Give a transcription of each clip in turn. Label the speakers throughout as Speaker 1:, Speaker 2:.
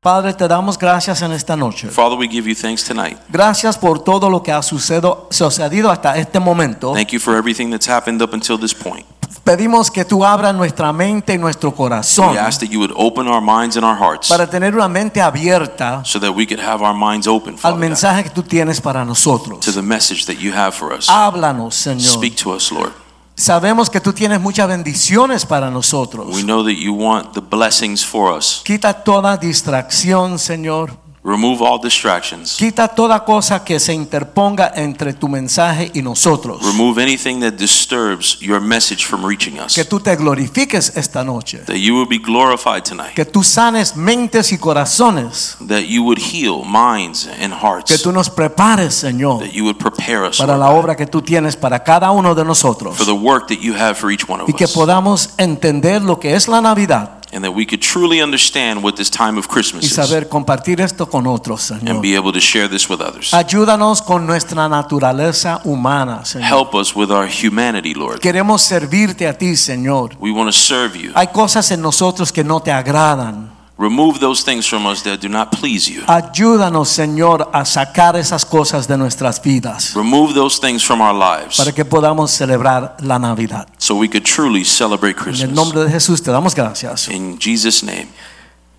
Speaker 1: Padre, te damos gracias en esta noche.
Speaker 2: Father, we give you thanks tonight.
Speaker 1: Gracias por todo lo que ha sucedo- sucedido hasta este momento.
Speaker 2: Thank you for everything that's happened up until this point.
Speaker 1: Pedimos que tú abras nuestra mente y nuestro corazón
Speaker 2: We ask that you would open our minds and our hearts
Speaker 1: para tener una mente abierta
Speaker 2: so that we could have our minds open,
Speaker 1: al
Speaker 2: Father, God,
Speaker 1: mensaje que tú tienes para nosotros.
Speaker 2: to the message that you have for us.
Speaker 1: Háblanos, Señor.
Speaker 2: Speak to us, Lord.
Speaker 1: Sabemos que tú tienes muchas bendiciones para
Speaker 2: We
Speaker 1: nosotros.
Speaker 2: know that you want the blessings for us.
Speaker 1: Quita toda distracción, Señor.
Speaker 2: Remove all distractions.
Speaker 1: Quita toda cosa que se interponga entre tu mensaje y nosotros.
Speaker 2: Remove anything that disturbs your message from reaching us.
Speaker 1: Que tú te glorifiques esta noche.
Speaker 2: That you would be glorified tonight.
Speaker 1: Que tú sanes mentes y corazones.
Speaker 2: That you would heal minds and
Speaker 1: Que
Speaker 2: hearts.
Speaker 1: tú nos prepares, Señor,
Speaker 2: That you would prepare us
Speaker 1: para
Speaker 2: Lord,
Speaker 1: la obra que tú tienes para cada uno de
Speaker 2: for
Speaker 1: nosotros.
Speaker 2: the work that you have for each one of
Speaker 1: Y que
Speaker 2: us.
Speaker 1: podamos entender lo que es la Navidad
Speaker 2: And that we could truly understand what this time of Christmas
Speaker 1: y
Speaker 2: is.
Speaker 1: saber compartir esto con otros,
Speaker 2: and
Speaker 1: Señor.
Speaker 2: be able to share this with others.
Speaker 1: Ayúdanos con nuestra naturaleza humana, Señor.
Speaker 2: Help us with our humanity, Lord.
Speaker 1: Queremos servirte a ti, Señor.
Speaker 2: We want to serve you.
Speaker 1: Hay cosas en nosotros que no te agradan.
Speaker 2: Remove those things from us that do not please you.
Speaker 1: Ayúdanos, Señor, a sacar esas cosas de nuestras vidas
Speaker 2: Remove those things from our lives
Speaker 1: para que podamos celebrar la Navidad.
Speaker 2: so we could truly celebrate
Speaker 1: En el
Speaker 2: Christmas.
Speaker 1: nombre de Jesús te damos gracias.
Speaker 2: In Jesus' name,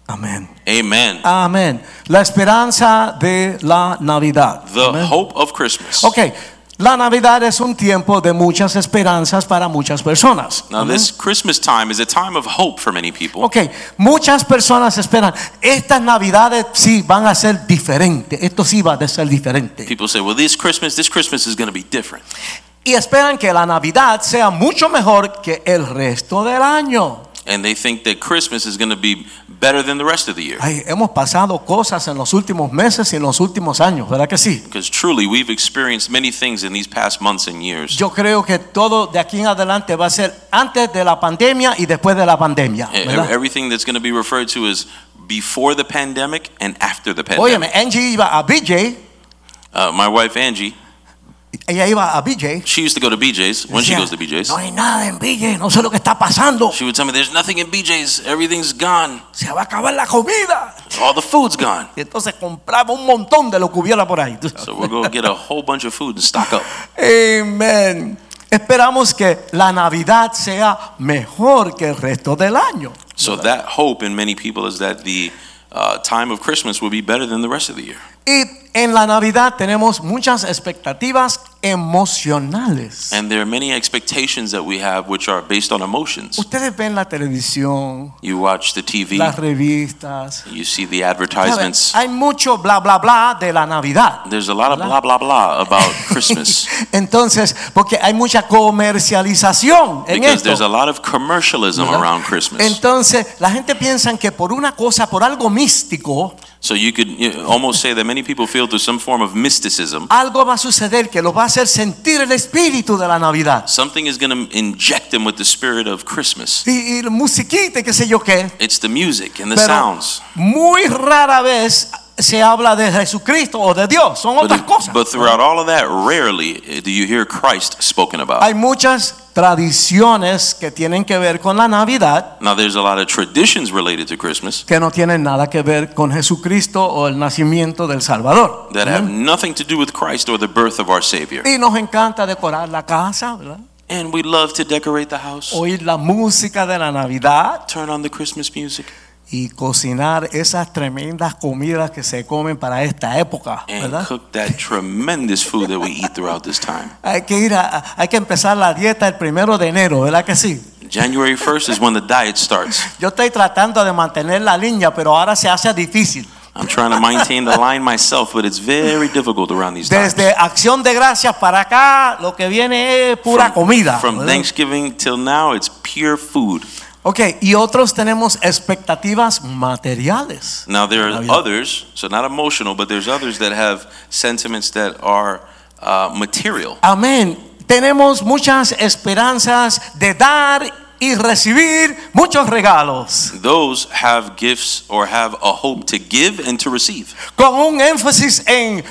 Speaker 1: Amén.
Speaker 2: amen.
Speaker 1: Amén. La esperanza de la Navidad.
Speaker 2: The
Speaker 1: Amén.
Speaker 2: hope of Christmas.
Speaker 1: Ok, la Navidad es un tiempo de muchas esperanzas para muchas personas.
Speaker 2: Now, this Christmas time is a time of hope for many people.
Speaker 1: Ok, muchas personas esperan, estas Navidades sí van a ser diferentes, esto sí va a ser diferente.
Speaker 2: People say, well, this Christmas, this Christmas is going to be different.
Speaker 1: Y esperan que la Navidad sea mucho mejor que el resto del año.
Speaker 2: And they think that Christmas is going to be better than the rest of the year.
Speaker 1: Ay, hemos pasado cosas en los últimos meses y en los últimos años, ¿verdad que sí?
Speaker 2: Because truly, we've experienced many things in these past months and years.
Speaker 1: Yo creo que todo de aquí en adelante va a ser antes de la pandemia y después de la pandemia.
Speaker 2: E-
Speaker 1: ¿verdad?
Speaker 2: Everything that's going to be referred to as before the pandemic and after the
Speaker 1: Óyeme,
Speaker 2: pandemic.
Speaker 1: Angie iba a BJ,
Speaker 2: Uh, my wife Angie,
Speaker 1: ella iba a BJ.
Speaker 2: she used to go to BJ's when she
Speaker 1: decía,
Speaker 2: goes to BJ's.
Speaker 1: No hay nada en BJ, no sé lo que está pasando.
Speaker 2: She would tell me, "There's nothing in BJ's. Everything's gone.
Speaker 1: Se va a acabar la comida.
Speaker 2: All the food's gone."
Speaker 1: Y entonces compraba un montón de lo que hubiera por ahí. tú sabes.
Speaker 2: So we'll go get a whole bunch of food and stock up.
Speaker 1: Amén. Esperamos que la Navidad sea mejor que el resto del año.
Speaker 2: So that hope in many people is that the uh, time of Christmas will be better than the rest of the year.
Speaker 1: Y en la Navidad tenemos muchas expectativas emocionales.
Speaker 2: And there are many expectations that we have, which are based on emotions.
Speaker 1: Ustedes ven la televisión,
Speaker 2: You watch the
Speaker 1: las
Speaker 2: TV,
Speaker 1: revistas.
Speaker 2: you see the
Speaker 1: ¿Sabe?
Speaker 2: advertisements.
Speaker 1: Hay mucho bla bla bla de la Navidad.
Speaker 2: There's a lot of blah blah blah about Christmas.
Speaker 1: Entonces, porque hay mucha comercialización en
Speaker 2: Because
Speaker 1: esto.
Speaker 2: there's a lot of commercialism
Speaker 1: ¿verdad?
Speaker 2: around Christmas.
Speaker 1: Entonces, la gente piensa que por una cosa, por algo místico,
Speaker 2: So you could you know, almost say that many people feel through some form of mysticism.
Speaker 1: algo va a suceder que los va a hacer sentir el espíritu de la Navidad.
Speaker 2: Something is going to inject them with the spirit of Christmas.
Speaker 1: Y, y la musiquita y qué sé yo qué.
Speaker 2: It's the music and the
Speaker 1: Pero
Speaker 2: sounds.
Speaker 1: muy rara vez se habla de Jesucristo o de Dios. Son
Speaker 2: But,
Speaker 1: otras cosas.
Speaker 2: but throughout all of that, rarely eh, do you hear Christ spoken about.
Speaker 1: Hay muchas tradiciones que tienen que ver con la Navidad
Speaker 2: Now, there's a lot of traditions related to Christmas
Speaker 1: que no tienen nada que ver con Jesucristo o el nacimiento del Salvador.
Speaker 2: that have nothing to do with Christ or the birth of our Savior.
Speaker 1: Y nos encanta decorar la casa, ¿verdad?
Speaker 2: And we love to decorate the house,
Speaker 1: oír la música de la Navidad
Speaker 2: turn on the Christmas music,
Speaker 1: y cocinar esas tremendas comidas que se comen para esta época,
Speaker 2: and
Speaker 1: ¿verdad?
Speaker 2: cook that tremendous food that we eat throughout this time.
Speaker 1: Hay que ir a- a- hay que empezar la dieta el primero de enero, ¿verdad que sí?
Speaker 2: January 1st is when the diet starts.
Speaker 1: Yo estoy tratando de mantener la línea, pero ahora se hace difícil.
Speaker 2: I'm trying to maintain the line myself, but it's very difficult around these times.
Speaker 1: Desde Acción de Gracias para acá, lo que viene es pura
Speaker 2: From-
Speaker 1: comida.
Speaker 2: From
Speaker 1: ¿verdad?
Speaker 2: Thanksgiving till now, it's pure food.
Speaker 1: Ok, Ok, y otros tenemos expectativas materiales.
Speaker 2: Now there
Speaker 1: Oh,
Speaker 2: are
Speaker 1: yeah.
Speaker 2: others, so not emotional, but there's others that have sentiments that are uh, material.
Speaker 1: Amén. Tenemos muchas esperanzas de dar y recibir muchos regalos,
Speaker 2: Those have gifts or have a hope to give and to receive,
Speaker 1: con un énfasis en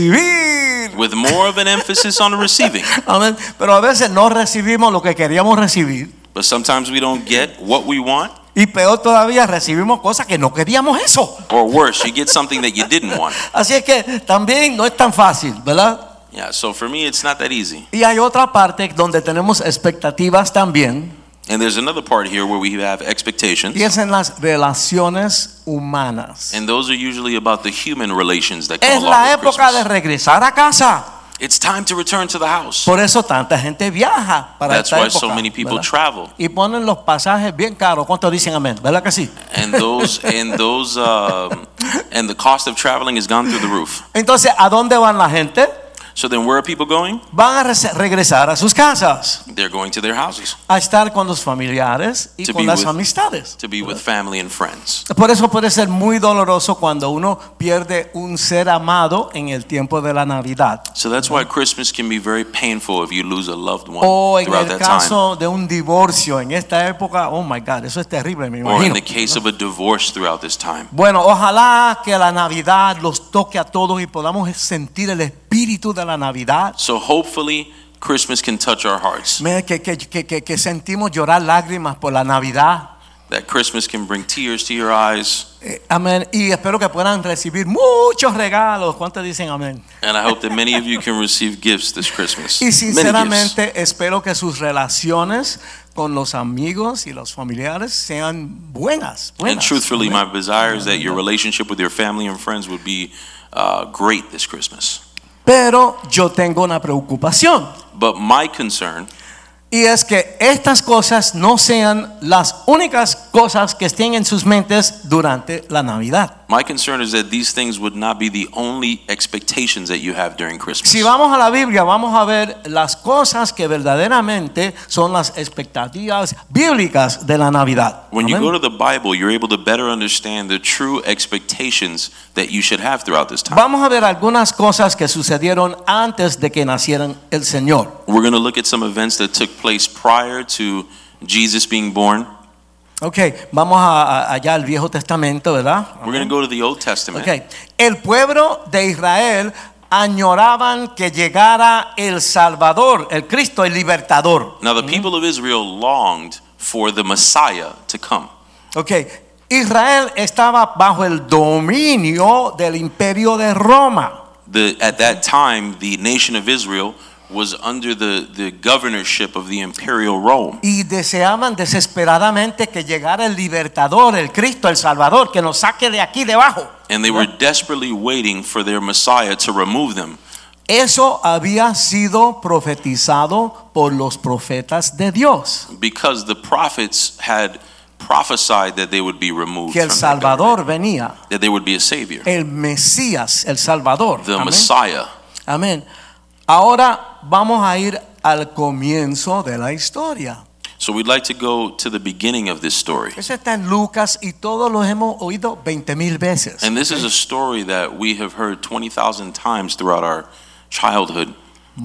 Speaker 1: recibir.
Speaker 2: with more of an emphasis on receiving.
Speaker 1: Amén. Pero a veces no recibimos lo que queríamos recibir.
Speaker 2: But sometimes we don't get what we want,
Speaker 1: Y peor todavía, recibimos cosas que no queríamos eso.
Speaker 2: or worse, you get something that you didn't want.
Speaker 1: Así es que también no es tan fácil, ¿verdad?
Speaker 2: Yeah, so for me, it's not that easy.
Speaker 1: Y hay otra parte donde tenemos expectativas también,
Speaker 2: And there's another part here where we have
Speaker 1: y
Speaker 2: expectations,
Speaker 1: es en las relaciones humanas.
Speaker 2: and those are usually about the human relations that
Speaker 1: Es
Speaker 2: come
Speaker 1: la
Speaker 2: along with
Speaker 1: época de
Speaker 2: Christmas.
Speaker 1: regresar a casa.
Speaker 2: It's time to return to the house.
Speaker 1: Por eso tanta gente viaja para
Speaker 2: That's
Speaker 1: esta
Speaker 2: why
Speaker 1: época,
Speaker 2: so many people
Speaker 1: ¿verdad?
Speaker 2: travel.
Speaker 1: Y ponen los pasajes bien caros. ¿Cuántos dicen amén? ¿Verdad que sí?
Speaker 2: and those and those um, and the cost of traveling has gone through the roof.
Speaker 1: Entonces, ¿a dónde van la gente?
Speaker 2: So then, where are people going?
Speaker 1: Van a rese- regresar a sus casas,
Speaker 2: They're going to their houses
Speaker 1: a estar con los familiares y
Speaker 2: To
Speaker 1: con
Speaker 2: be
Speaker 1: las
Speaker 2: with-
Speaker 1: amistades.
Speaker 2: to be with family and friends.
Speaker 1: Por eso puede ser muy doloroso cuando uno pierde un ser amado en el tiempo de la Navidad.
Speaker 2: So that's why Christmas can be very painful if you lose a loved one
Speaker 1: O Oh, en
Speaker 2: throughout
Speaker 1: el
Speaker 2: that time,
Speaker 1: caso de un divorcio en esta época, oh my God, eso es terrible, me
Speaker 2: or in
Speaker 1: imagino.
Speaker 2: the case of a divorce throughout this time.
Speaker 1: Bueno, ojalá que la Navidad los toque a todos y podamos sentir el espíritu de la Navidad.
Speaker 2: So hopefully, Christmas can touch our hearts.
Speaker 1: Me- Que, que- que- que- que sentimos llorar lágrimas por la Navidad.
Speaker 2: That Christmas can bring tears to your eyes,
Speaker 1: Eh, amén. Y espero que puedan recibir muchos regalos. ¿Cuántos dicen amén?
Speaker 2: and I hope that many of you can receive gifts this Christmas.
Speaker 1: Y
Speaker 2: Many gifts.
Speaker 1: sinceramente espero que sus relaciones con los amigos y los familiares sean buenas.
Speaker 2: And
Speaker 1: buenas.
Speaker 2: truthfully,
Speaker 1: Amén.
Speaker 2: my desire is that your relationship with your family and friends would be uh, great this Christmas.
Speaker 1: Pero yo tengo una preocupación.
Speaker 2: But my concern
Speaker 1: Y es que estas cosas no sean las únicas cosas que estén en sus mentes durante la Navidad.
Speaker 2: My concern is that these things would not be the only expectations that you have during Christmas.
Speaker 1: Si vamos a la Biblia, vamos a ver las cosas que verdaderamente son las expectativas bíblicas de la Navidad.
Speaker 2: when you
Speaker 1: Amén.
Speaker 2: go to the Bible, you're able to better understand the true expectations that you should have throughout this time.
Speaker 1: Vamos a ver algunas cosas que sucedieron antes de que naciera el Señor.
Speaker 2: We're going to look at some events that took place prior to Jesus being born.
Speaker 1: Ok, vamos a, a- allá al Viejo Testamento, ¿verdad?
Speaker 2: We're going to go to the Old Testament.
Speaker 1: Ok, el pueblo de Israel añoraban que llegara el Salvador, el Cristo, el libertador.
Speaker 2: Now, the people of Israel longed for the Messiah to come.
Speaker 1: Ok, Israel estaba bajo el dominio del imperio de Roma.
Speaker 2: The, at that
Speaker 1: Mm-hmm.
Speaker 2: time, the nation of Israel was under the, the governorship of the imperial Rome.
Speaker 1: Y deseaban desesperadamente que llegara el libertador, el Cristo, el Salvador, que nos saque de aquí debajo.
Speaker 2: and they were desperately waiting for their Messiah to remove them.
Speaker 1: Eso había sido profetizado por los profetas de Dios.
Speaker 2: Because the prophets had prophesied that they would be removed.
Speaker 1: Que el
Speaker 2: from that
Speaker 1: Salvador
Speaker 2: government,
Speaker 1: venía,
Speaker 2: that there would be a savior.
Speaker 1: el Mesías, el Salvador.
Speaker 2: The
Speaker 1: Amén.
Speaker 2: Messiah.
Speaker 1: Amén. Ahora vamos a ir al comienzo de la historia.
Speaker 2: So we'd like to go to the beginning of this story.
Speaker 1: Eso está en Lucas y todos los hemos oído 20 mil veces.
Speaker 2: And this is a story that we have heard 20,000 times throughout our childhood.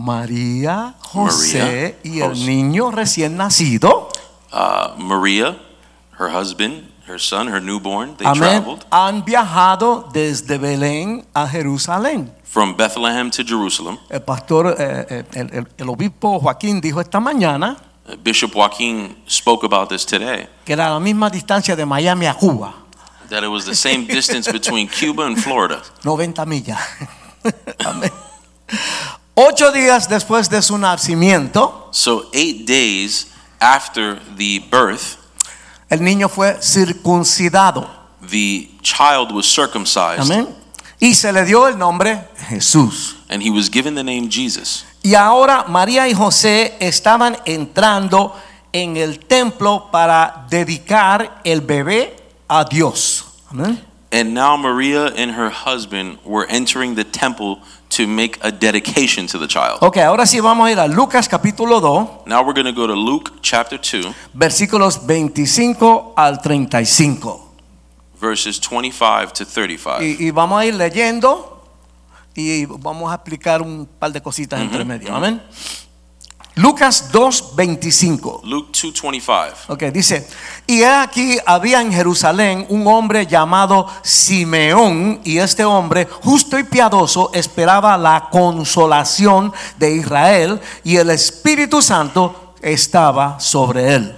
Speaker 1: María, José
Speaker 2: María,
Speaker 1: y el
Speaker 2: José.
Speaker 1: niño recién nacido,
Speaker 2: Uh, Maria, her husband, her son, her newborn, they
Speaker 1: amén,
Speaker 2: traveled
Speaker 1: han viajado desde Belén a Jerusalén.
Speaker 2: from Bethlehem to Jerusalem.
Speaker 1: El pastor, eh, eh, el, el- el obispo Joaquín dijo esta mañana
Speaker 2: Uh, Bishop Joaquin spoke about this today.
Speaker 1: que era la misma distancia de Miami a Cuba,
Speaker 2: that it was the same distance between Cuba and Florida.
Speaker 1: 90 millas. Amén. Ocho días después de su nacimiento,
Speaker 2: So eight days after the birth,
Speaker 1: El niño fue circuncidado.
Speaker 2: the child was circumcised,
Speaker 1: Amén. Y se le dio el nombre Jesús.
Speaker 2: and he was given the name Jesus.
Speaker 1: Y ahora María y José estaban entrando en el templo para dedicar el bebé a Dios. Amén.
Speaker 2: And now Maria and her husband were entering the temple to make a dedication to the child.
Speaker 1: Ok, ahora sí vamos a ir a Lucas capítulo 2,
Speaker 2: Now we're going to go to Luke chapter 2,
Speaker 1: versículos 25 al 35.
Speaker 2: verses 25 to 35.
Speaker 1: Y, y vamos a ir leyendo y vamos a explicar un par de cositas entre medio. Amén. Lucas 2, 25.
Speaker 2: Luke 2:25.
Speaker 1: Ok, dice, y he aquí había en Jerusalén un hombre llamado Simeón, y este hombre, justo y piadoso, esperaba la consolación de Israel, y el Espíritu Santo estaba sobre él.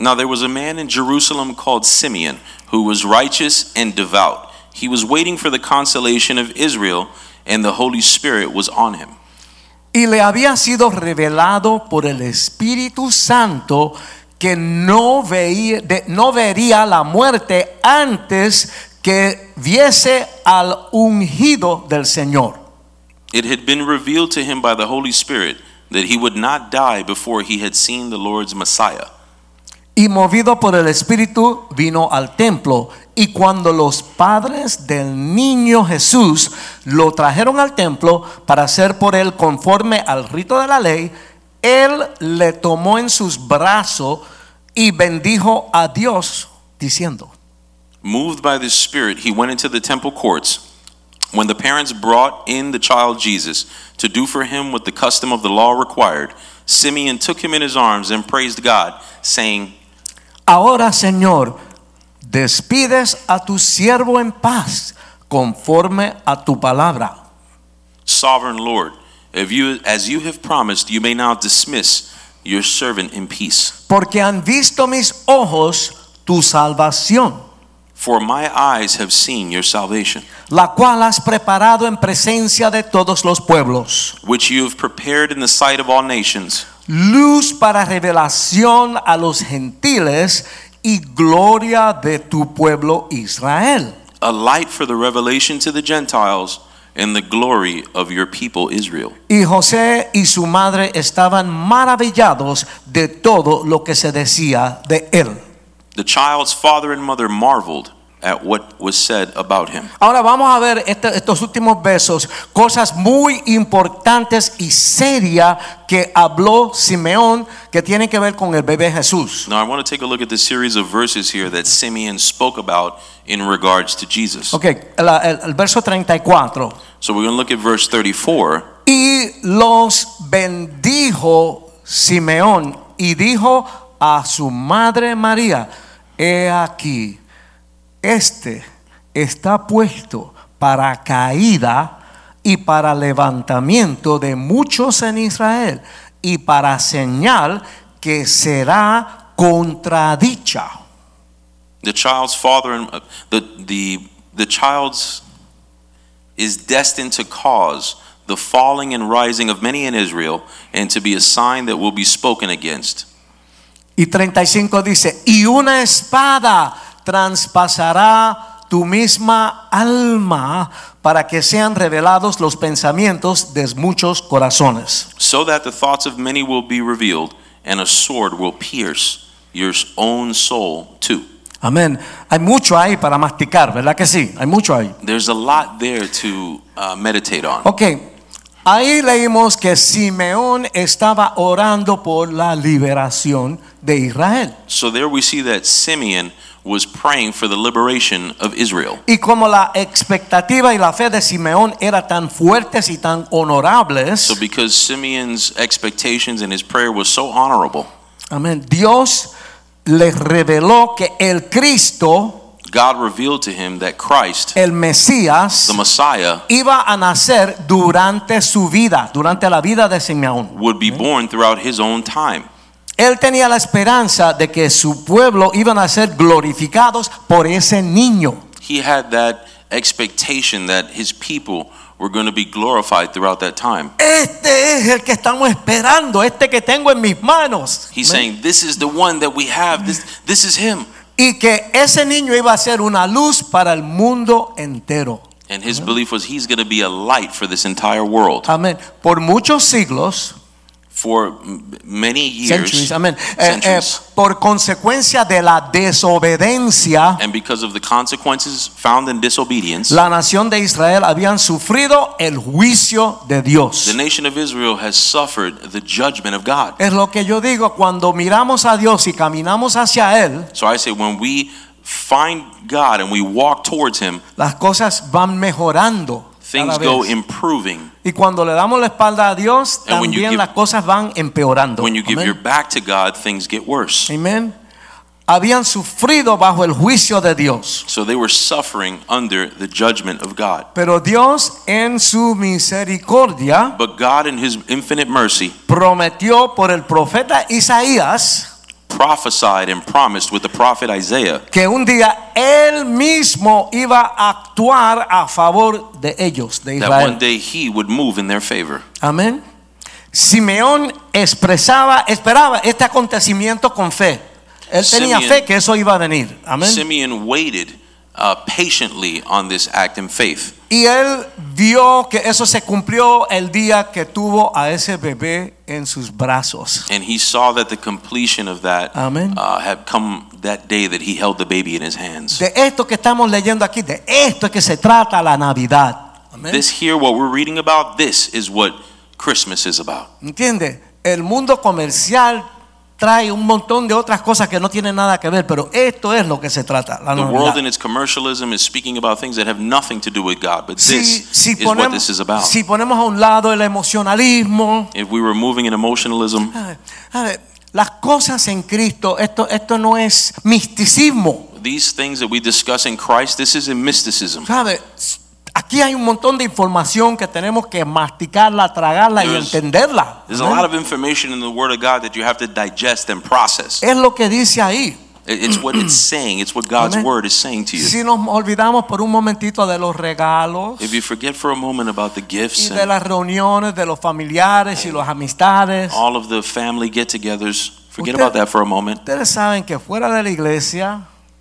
Speaker 2: Now there was a man in Jerusalem called Simeon, who was righteous and devout. He was waiting for the consolation of Israel, and the Holy Spirit was on him.
Speaker 1: Y le había sido revelado por el Espíritu Santo que no, veía, de- no vería la muerte antes que viese al ungido del Señor.
Speaker 2: It had been revealed to him by the Holy Spirit that he would not die before he had seen the Lord's Messiah.
Speaker 1: Y movido por el Espíritu vino al templo. Y cuando los padres del niño Jesús lo trajeron al templo para hacer por él conforme al rito de la ley, él le tomó en sus brazos y bendijo a Dios diciendo.
Speaker 2: Moved by the Spirit, he went into the temple courts. When the parents brought in the child Jesus to do for him what the custom of the law required, Simeon took him in his arms and praised God, saying,
Speaker 1: Ahora, Señor, despides a tu siervo en paz, conforme a tu palabra.
Speaker 2: Sovereign Lord, if you, as you have promised, you may now dismiss your servant in peace.
Speaker 1: Porque han visto mis ojos tu salvación,
Speaker 2: For my eyes have seen your salvation,
Speaker 1: la cual has preparado en presencia de todos los pueblos.
Speaker 2: which you have prepared in the sight of all nations,
Speaker 1: Luz para revelación a los gentiles y gloria de tu pueblo Israel.
Speaker 2: a light for the revelation to the Gentiles, and the glory of your people Israel.
Speaker 1: Y José y su madre estaban maravillados de todo lo que se decía de él.
Speaker 2: The child's father and mother marveled at what was said about him.
Speaker 1: Ahora vamos a ver este- estos últimos versos, cosas muy importantes y serias que habló Simeón que tienen que ver con el bebé Jesús.
Speaker 2: Now, I want to take a look at the series of verses here that Simeon spoke about in regards to Jesus.
Speaker 1: Ok, la- el, el verso 34.
Speaker 2: So, we're going to look at verse 34.
Speaker 1: Y los bendijo Simeón y dijo a su madre María, he aquí, este está puesto para caída y para levantamiento de muchos en Israel y para señal que será contradicha.
Speaker 2: The child's father and uh, the, the, the child's is destined to cause the falling and rising of many in Israel and to be a sign that will be spoken against.
Speaker 1: Y 35 dice, y una espada traspasará tu misma alma para que sean revelados los pensamientos de muchos corazones.
Speaker 2: so that the thoughts of many will be revealed, and a sword will pierce your own soul too.
Speaker 1: Amén. Hay mucho ahí para masticar, ¿verdad que sí? Hay mucho ahí.
Speaker 2: There's a lot there to uh, meditate on.
Speaker 1: Ok, ahí leímos que Simeón estaba orando por la liberación de Israel.
Speaker 2: So there we see that Simeon was praying for the liberation of Israel.
Speaker 1: Y como la expectativa y la fe de Simeón eran tan fuertes y tan honorables,
Speaker 2: So because Simeon's expectations and his prayer was so honorable,
Speaker 1: Amén. Dios les reveló que el Cristo,
Speaker 2: God revealed to him that Christ,
Speaker 1: el Mesías,
Speaker 2: the Messiah,
Speaker 1: iba a nacer durante su vida, durante la vida de Simeón.
Speaker 2: would be born throughout his own time.
Speaker 1: Él tenía la esperanza de que su pueblo iban a ser glorificados por ese niño.
Speaker 2: He had that expectation that his people were going to be glorified throughout that time.
Speaker 1: Este es el que estamos esperando, este que tengo en mis manos.
Speaker 2: He's
Speaker 1: Amén.
Speaker 2: saying, "This is the one that we have. This, this is him."
Speaker 1: Y que ese niño iba a ser una luz para el mundo entero.
Speaker 2: And his belief was he's going to be a light for this entire world.
Speaker 1: Amén. Por muchos siglos,
Speaker 2: for m- many years,
Speaker 1: Centuries, amén. Eh, eh,
Speaker 2: centuries,
Speaker 1: por consecuencia de la desobediencia,
Speaker 2: and because of the consequences found in disobedience,
Speaker 1: la nación de Israel habían sufrido el juicio de
Speaker 2: the
Speaker 1: Dios.
Speaker 2: nation of Israel has suffered the judgment of God.
Speaker 1: Es lo que yo digo, cuando miramos a Dios y caminamos hacia Él,
Speaker 2: So I say, when we find God and we walk towards Him,
Speaker 1: las cosas van mejorando.
Speaker 2: things
Speaker 1: cada
Speaker 2: go
Speaker 1: vez.
Speaker 2: improving.
Speaker 1: y cuando le damos la espalda a Dios,
Speaker 2: And when you
Speaker 1: también
Speaker 2: give-
Speaker 1: las cosas van empeorando.
Speaker 2: When you give
Speaker 1: Amén.
Speaker 2: your back to God, things get worse.
Speaker 1: Amén. Habían sufrido bajo el juicio de Dios.
Speaker 2: So they were suffering under the judgment of God.
Speaker 1: Pero Dios en su misericordia
Speaker 2: But God, in His infinite mercy,
Speaker 1: prometió por el profeta Isaías
Speaker 2: prophesied and promised with the prophet Isaiah
Speaker 1: que un día él mismo iba a actuar a favor de ellos, de
Speaker 2: that one
Speaker 1: Israel.
Speaker 2: day He would move in their favor.
Speaker 1: Amén. Simeón expresaba, esperaba este acontecimiento con fe. Él tenía
Speaker 2: Simeón-
Speaker 1: fe que eso iba a venir. Amén.
Speaker 2: Simeon waited uh, patiently on this act in faith,
Speaker 1: Y él vio que eso se cumplió el día que tuvo a ese bebé en sus brazos.
Speaker 2: and he saw that the completion of that
Speaker 1: Amen.
Speaker 2: uh, had come that day that he held the baby in his hands.
Speaker 1: De esto que estamos leyendo aquí, de esto es que se trata la Navidad. Amén.
Speaker 2: This here, what we're reading about, this is what Christmas is about.
Speaker 1: ¿Entiende? El mundo comercial trae un montón de otras cosas que no tienen nada que ver, pero esto es lo que se trata, la
Speaker 2: The world
Speaker 1: Navidad.
Speaker 2: and its commercialism is speaking about things that have nothing to do with God, but
Speaker 1: Si,
Speaker 2: this
Speaker 1: si
Speaker 2: is what
Speaker 1: ponemos,
Speaker 2: this is about.
Speaker 1: si ponemos a un lado el emocionalismo,
Speaker 2: If we were moving in emotionalism,
Speaker 1: a ver, a ver, las cosas en Cristo, esto, esto no es misticismo.
Speaker 2: these things that we discuss in Christ, this is in mysticism.
Speaker 1: ¿Sabe? Aquí hay un montón de información que tenemos que masticarla, tragarla y
Speaker 2: There's-
Speaker 1: entenderla. ¿eh?
Speaker 2: There's a lot of information in the Word of God that you have to digest and process.
Speaker 1: Es lo que dice ahí.
Speaker 2: It- It's what it's saying. It's what God's
Speaker 1: Amen.
Speaker 2: Word is saying to you.
Speaker 1: Si nos olvidamos por un momentito de los regalos
Speaker 2: If you forget for a moment about the
Speaker 1: y
Speaker 2: gifts
Speaker 1: de
Speaker 2: and
Speaker 1: las reuniones, de los familiares y las amistades,
Speaker 2: all of the family get-togethers, forget
Speaker 1: Usted-
Speaker 2: about that for a moment.
Speaker 1: ustedes saben que fuera de la iglesia,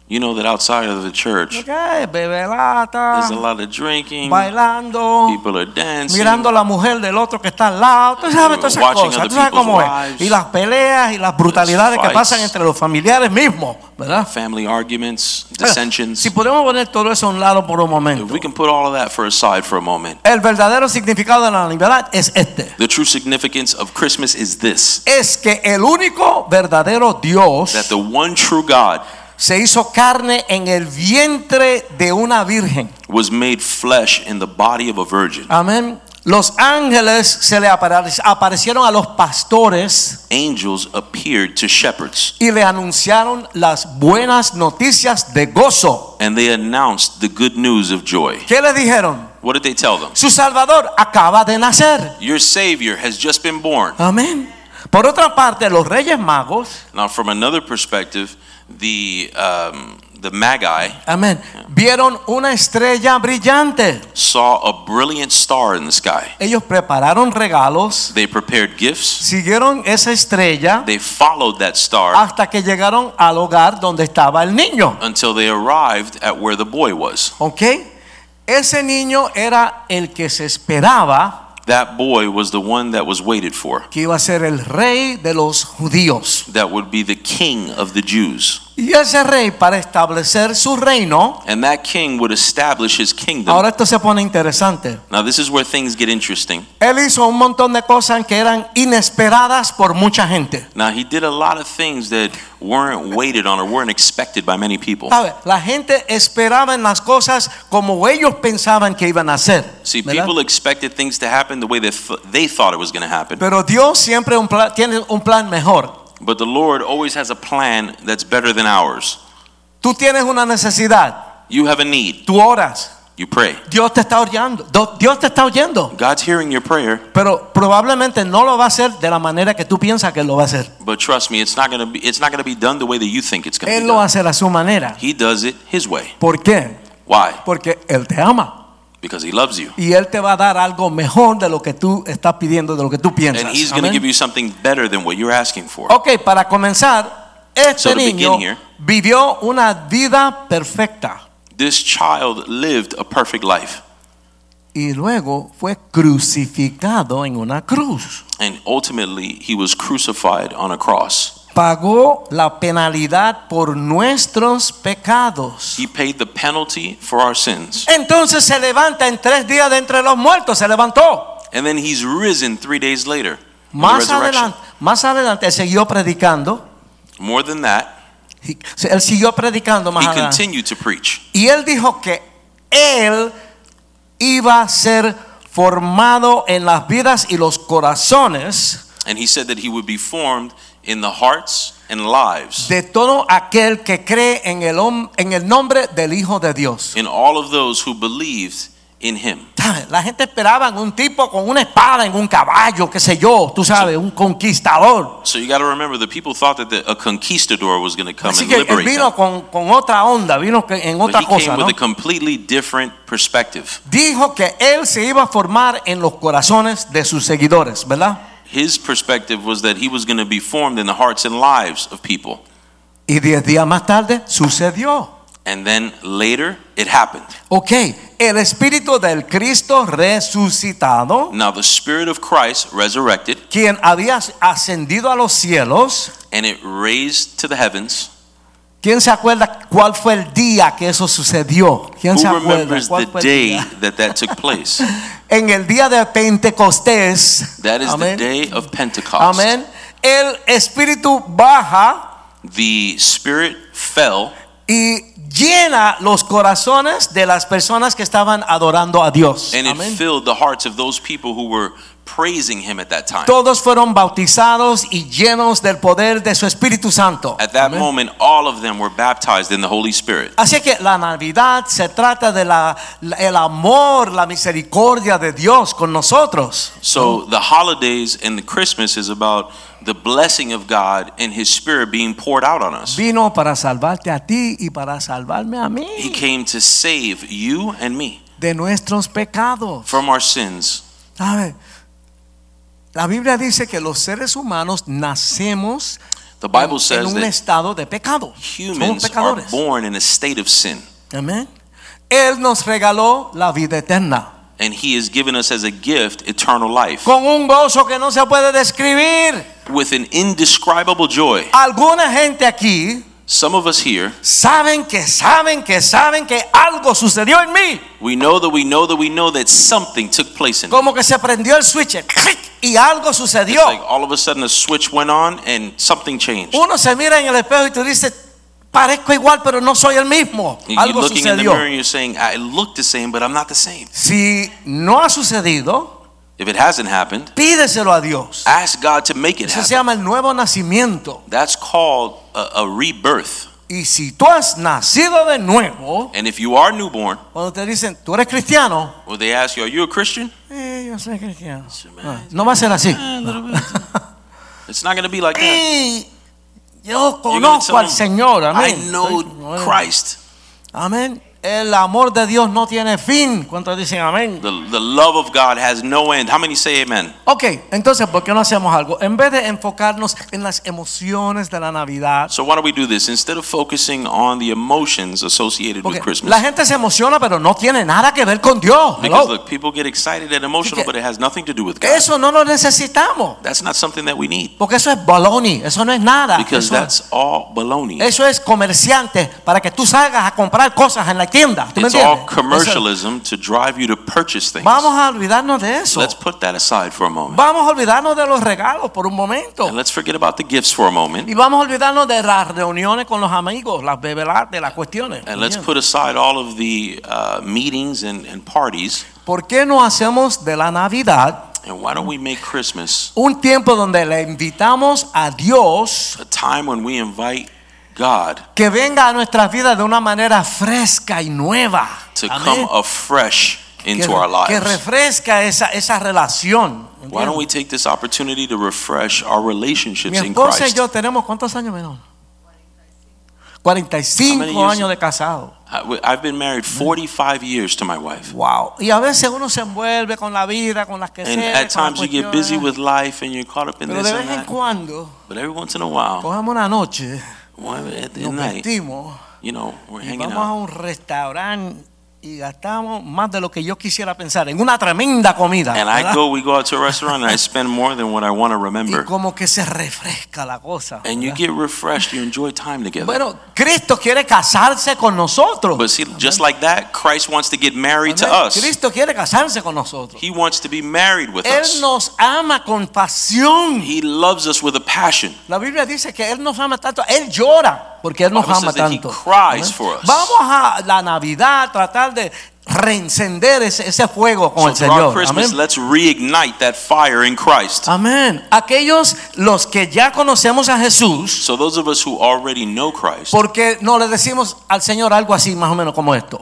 Speaker 2: You know that outside of the church,
Speaker 1: lo que es bebelata,
Speaker 2: there's a lot of drinking.
Speaker 1: bailando,
Speaker 2: People are dancing.
Speaker 1: mirando a la mujer del otro que está al lado, tú sabes todas esas
Speaker 2: Watching
Speaker 1: cosas,
Speaker 2: other
Speaker 1: tú sabes
Speaker 2: people's
Speaker 1: cómo es.
Speaker 2: lives.
Speaker 1: Y las peleas y las brutalidades que
Speaker 2: fights.
Speaker 1: pasan entre los familiares mismos, ¿verdad?
Speaker 2: Family arguments,
Speaker 1: Ahora,
Speaker 2: dissensions.
Speaker 1: Si podemos poner todo eso a un lado por un
Speaker 2: If
Speaker 1: momento.
Speaker 2: we can put all of that for aside for a moment,
Speaker 1: El verdadero significado de la libertad es este.
Speaker 2: the true significance of Christmas is this:
Speaker 1: Es que el único verdadero Dios
Speaker 2: that the one true God
Speaker 1: se hizo carne en el vientre de una virgen.
Speaker 2: was made flesh in the body of a virgin.
Speaker 1: Amén. Los ángeles se le apare- aparecieron a los pastores
Speaker 2: Angels appeared to shepherds,
Speaker 1: y le anunciaron las buenas noticias de gozo.
Speaker 2: and they announced the good news of joy.
Speaker 1: ¿Qué le dijeron?
Speaker 2: What did they tell them?
Speaker 1: Su Salvador acaba de nacer.
Speaker 2: Your Savior has just been born.
Speaker 1: Amén. Por otra parte, los reyes magos
Speaker 2: Now, from another perspective, the um, the Magi
Speaker 1: Amén. Vieron una estrella brillante.
Speaker 2: saw a brilliant star in the sky.
Speaker 1: Ellos prepararon regalos,
Speaker 2: They prepared gifts.
Speaker 1: siguieron esa estrella
Speaker 2: They followed that star
Speaker 1: hasta que llegaron al hogar donde estaba el niño.
Speaker 2: until they arrived at where the boy was.
Speaker 1: ¿Ok? Ese niño era el que se esperaba
Speaker 2: That boy was the one that was waited for,
Speaker 1: que iba a ser el rey de los judíos.
Speaker 2: that would be the king of the Jews.
Speaker 1: Y ese rey, para establecer su reino,
Speaker 2: And that king would establish his kingdom.
Speaker 1: ahora esto se pone interesante.
Speaker 2: Now, this is where things get interesting.
Speaker 1: Él hizo un montón de cosas que eran inesperadas por mucha gente.
Speaker 2: Now, he did a lot of things that weren't waited on or weren't expected by many people.
Speaker 1: ¿Sabe? La gente esperaba en las cosas como ellos pensaban que iban a hacer.
Speaker 2: See,
Speaker 1: ¿verdad?
Speaker 2: people expected things to happen the way that th- they thought it was going to happen.
Speaker 1: Pero Dios siempre un pla- tiene un plan mejor.
Speaker 2: But the Lord always has a plan that's better than ours.
Speaker 1: Tú tienes una necesidad,
Speaker 2: You have a need,
Speaker 1: tú oras,
Speaker 2: you pray.
Speaker 1: Dios te está oyendo, Do- Dios te está oyendo,
Speaker 2: God's hearing your prayer,
Speaker 1: pero probablemente no lo va a hacer de la manera que tú piensas que lo va a hacer.
Speaker 2: but trust me, it's not going to be it's not going to be done the way that you think it's going to
Speaker 1: Él
Speaker 2: be
Speaker 1: lo va a
Speaker 2: done.
Speaker 1: hacer a su manera.
Speaker 2: He does it his way.
Speaker 1: ¿Por qué?
Speaker 2: Why?
Speaker 1: Porque Él te ama
Speaker 2: Because he loves you.
Speaker 1: y Él te va a dar algo mejor de lo que tú estás pidiendo, de lo que tú piensas.
Speaker 2: And he's going to
Speaker 1: Amén.
Speaker 2: give you something better than what you're asking for.
Speaker 1: Ok, para comenzar, este
Speaker 2: So to begin
Speaker 1: niño
Speaker 2: here-
Speaker 1: vivió una vida perfecta
Speaker 2: This child lived a perfect life.
Speaker 1: y luego fue crucificado en una cruz.
Speaker 2: And ultimately, he was crucified on a cross.
Speaker 1: Pagó la penalidad por nuestros pecados.
Speaker 2: He paid the penalty for our sins.
Speaker 1: Entonces se levanta en tres días de entre los muertos, se levantó.
Speaker 2: And then he's risen three days later. in the
Speaker 1: Más
Speaker 2: resurrection.
Speaker 1: adelante, más adelante siguió predicando.
Speaker 2: More than that,
Speaker 1: He- Él siguió predicando más
Speaker 2: he
Speaker 1: adelante.
Speaker 2: continued to preach.
Speaker 1: Y él dijo que él iba a ser formado en las vidas y los corazones
Speaker 2: And he said that he would be formed in the hearts and lives
Speaker 1: de todo aquel que cree en el, hom- en el nombre del Hijo de Dios.
Speaker 2: in all of those who believed in him.
Speaker 1: ¿Sabes? La gente esperaba en un tipo con una espada, en un caballo, qué sé yo, tú sabes, un conquistador.
Speaker 2: So you got to remember the people thought that the, a conquistador was going to come
Speaker 1: Así
Speaker 2: and
Speaker 1: que él
Speaker 2: liberate
Speaker 1: vino
Speaker 2: them.
Speaker 1: con, con otra onda, vino que- en
Speaker 2: But
Speaker 1: otra
Speaker 2: he
Speaker 1: cosa.
Speaker 2: came
Speaker 1: ¿no?
Speaker 2: with a completely different perspective.
Speaker 1: Dijo que él se iba a formar en los corazones de sus seguidores, ¿verdad?
Speaker 2: His perspective was that he was going to be formed in the hearts and lives of people.
Speaker 1: Y diez días más tarde sucedió.
Speaker 2: And then later, it happened.
Speaker 1: Ok, el espíritu del Cristo resucitado,
Speaker 2: Now, the Spirit of Christ resurrected
Speaker 1: quien había ascendido a los cielos,
Speaker 2: and it raised to the heavens.
Speaker 1: ¿quién se acuerda cuál fue el día que eso sucedió? ¿Quién se
Speaker 2: Who
Speaker 1: acuerda
Speaker 2: remembers the
Speaker 1: cuál fue el
Speaker 2: day
Speaker 1: día?
Speaker 2: that that took place?
Speaker 1: En el día de Pentecostés,
Speaker 2: That is the
Speaker 1: Amén.
Speaker 2: day of Pentecost.
Speaker 1: amén, el espíritu baja
Speaker 2: The Spirit fell
Speaker 1: y llena los corazones de las personas que estaban adorando a Dios.
Speaker 2: and it
Speaker 1: Amén.
Speaker 2: filled the hearts of those people who were praising him at that time.
Speaker 1: Todos fueron bautizados y llenos del poder de su Espíritu Santo.
Speaker 2: At that
Speaker 1: Amén.
Speaker 2: moment, all of them were baptized in the Holy Spirit.
Speaker 1: Así que la Navidad se trata de la, la- el amor, la misericordia de Dios con nosotros.
Speaker 2: So the holidays and the Christmas is about the blessing of God and His Spirit being poured out on us.
Speaker 1: Vino para salvarte a ti y para salvarme a
Speaker 2: He
Speaker 1: mí
Speaker 2: came to save you and me
Speaker 1: de nuestros pecados.
Speaker 2: from our sins.
Speaker 1: ¿Sabe? La Biblia dice que los seres humanos nacemos
Speaker 2: The Bible
Speaker 1: en
Speaker 2: says
Speaker 1: un
Speaker 2: that
Speaker 1: estado de pecado. Somos
Speaker 2: humans are
Speaker 1: pecadores.
Speaker 2: born in a state of sin,
Speaker 1: Amén. Él nos regaló la vida eterna
Speaker 2: and He has given us as a gift eternal life
Speaker 1: con un gozo que no se puede describir.
Speaker 2: with an indescribable joy.
Speaker 1: Alguna gente aquí
Speaker 2: Some of us here,
Speaker 1: saben que saben que saben que algo sucedió en mí.
Speaker 2: we know that we know that we know that something took place in. us.
Speaker 1: Como que se prendió el switch ¡clic! y algo sucedió.
Speaker 2: Like all of a sudden, a switch went on and something changed.
Speaker 1: Uno se mira en el espejo y tú dices, parezco igual, pero no soy el mismo.
Speaker 2: You're
Speaker 1: Algo
Speaker 2: looking in the
Speaker 1: sucedió.
Speaker 2: mirror and you're saying, I look the same, but I'm not the same.
Speaker 1: Si no ha sucedido,
Speaker 2: If it hasn't happened,
Speaker 1: pídeselo a Dios.
Speaker 2: ask God to make it
Speaker 1: Eso se
Speaker 2: happen.
Speaker 1: llama el nuevo nacimiento.
Speaker 2: That's called a, a rebirth.
Speaker 1: Y si tú has nacido de nuevo,
Speaker 2: And if you are newborn,
Speaker 1: cuando te dicen, tú eres cristiano,
Speaker 2: or they ask you, Are you a Christian?
Speaker 1: eh, yo soy cristiano.
Speaker 2: man.
Speaker 1: No va a ser así.
Speaker 2: Eh, a little bit. It's not going to be like that.
Speaker 1: Y yo
Speaker 2: You're gonna
Speaker 1: conozco
Speaker 2: tell
Speaker 1: al
Speaker 2: them,
Speaker 1: Señor.
Speaker 2: I
Speaker 1: Amén.
Speaker 2: know
Speaker 1: Estoy-
Speaker 2: Christ.
Speaker 1: Amén. El amor de Dios no tiene fin. ¿Cuántos dicen amén?
Speaker 2: The, the love of God has no end. How many say amen?
Speaker 1: Ok, entonces, ¿por qué no hacemos algo? En vez de enfocarnos en las emociones de la Navidad.
Speaker 2: So why don't we do this? Instead of focusing on the emotions associated
Speaker 1: Porque
Speaker 2: with Christmas.
Speaker 1: la gente se emociona, pero no tiene nada que ver con Dios. Hello.
Speaker 2: Because look, people get excited and emotional,
Speaker 1: que-
Speaker 2: but it has nothing to do with God.
Speaker 1: Eso no lo necesitamos.
Speaker 2: That's not something that we need.
Speaker 1: Porque eso es baloney. Eso no es nada.
Speaker 2: Because
Speaker 1: Eso,
Speaker 2: that's all baloney.
Speaker 1: eso Ah, es comerciante para que tú salgas a comprar cosas en la tienda. ¿Tú me
Speaker 2: It's all
Speaker 1: entiendes?
Speaker 2: commercialism to drive you to purchase
Speaker 1: Eso-
Speaker 2: things.
Speaker 1: Vamos a olvidarnos de eso.
Speaker 2: Let's put that aside for a moment.
Speaker 1: Vamos a olvidarnos de los regalos por un momento.
Speaker 2: And let's forget about the gifts for a moment.
Speaker 1: Y vamos a olvidarnos de las reuniones con los amigos, las bebeladas, de las cuestiones.
Speaker 2: And let's put aside all of the uh, meetings and, and parties.
Speaker 1: ¿Por qué no hacemos de la Navidad
Speaker 2: And why don't we make Christmas
Speaker 1: un tiempo donde le invitamos a Dios
Speaker 2: a time when we invite God
Speaker 1: que venga a nuestras vidas de una manera fresca y nueva?
Speaker 2: to
Speaker 1: Amén.
Speaker 2: come afresh
Speaker 1: que,
Speaker 2: into our
Speaker 1: que
Speaker 2: lives?
Speaker 1: refresca esa, esa relación. ¿entiendes?
Speaker 2: Why don't we take this opportunity to refresh our
Speaker 1: Mi
Speaker 2: relationships in
Speaker 1: esposa y
Speaker 2: Christ?
Speaker 1: yo tenemos cuántos años menos?
Speaker 2: How many
Speaker 1: 45
Speaker 2: years?
Speaker 1: años de casado.
Speaker 2: I- I've been married 45 years to my wife.
Speaker 1: Wow. Y a veces uno se envuelve con la vida, con las que
Speaker 2: And
Speaker 1: se
Speaker 2: at times you get busy with life and you're caught up in
Speaker 1: Pero
Speaker 2: this
Speaker 1: de
Speaker 2: and
Speaker 1: vez en
Speaker 2: that.
Speaker 1: cuando
Speaker 2: But every once in a while,
Speaker 1: cogemos una noche,
Speaker 2: one- at the
Speaker 1: nos
Speaker 2: night,
Speaker 1: vestimos
Speaker 2: you know, we're
Speaker 1: y
Speaker 2: hanging
Speaker 1: vamos a
Speaker 2: out.
Speaker 1: un restaurante y gastamos más de lo que yo quisiera pensar en una tremenda comida.
Speaker 2: And
Speaker 1: ¿verdad?
Speaker 2: I go, we go out to a restaurant and I spend more than what I want to
Speaker 1: y
Speaker 2: remember.
Speaker 1: como que se refresca la cosa.
Speaker 2: And you
Speaker 1: ¿verdad?
Speaker 2: get refreshed, you enjoy time together.
Speaker 1: Bueno, Cristo quiere casarse con nosotros.
Speaker 2: But see, just like that, Christ wants to get married to
Speaker 1: Amén.
Speaker 2: us.
Speaker 1: Cristo quiere casarse con nosotros.
Speaker 2: He wants to be married with
Speaker 1: Él
Speaker 2: us.
Speaker 1: nos ama con pasión.
Speaker 2: He loves us with a passion.
Speaker 1: La Biblia dice que Él nos ama tanto. Él llora porque Él nos
Speaker 2: Bible
Speaker 1: ama
Speaker 2: says that he
Speaker 1: tanto.
Speaker 2: cries
Speaker 1: Amén.
Speaker 2: for us.
Speaker 1: Vamos a la Navidad a tratar de reencender ese, ese fuego con
Speaker 2: So
Speaker 1: el
Speaker 2: throughout
Speaker 1: Oh, Señor.
Speaker 2: Christmas,
Speaker 1: Amén. Ah.
Speaker 2: let's reignite that fire in Christ.
Speaker 1: Amén. Aquellos los que ya conocemos a Jesús,
Speaker 2: So those of us who already know Christ,
Speaker 1: porque no le decimos al Señor algo así más o menos como esto.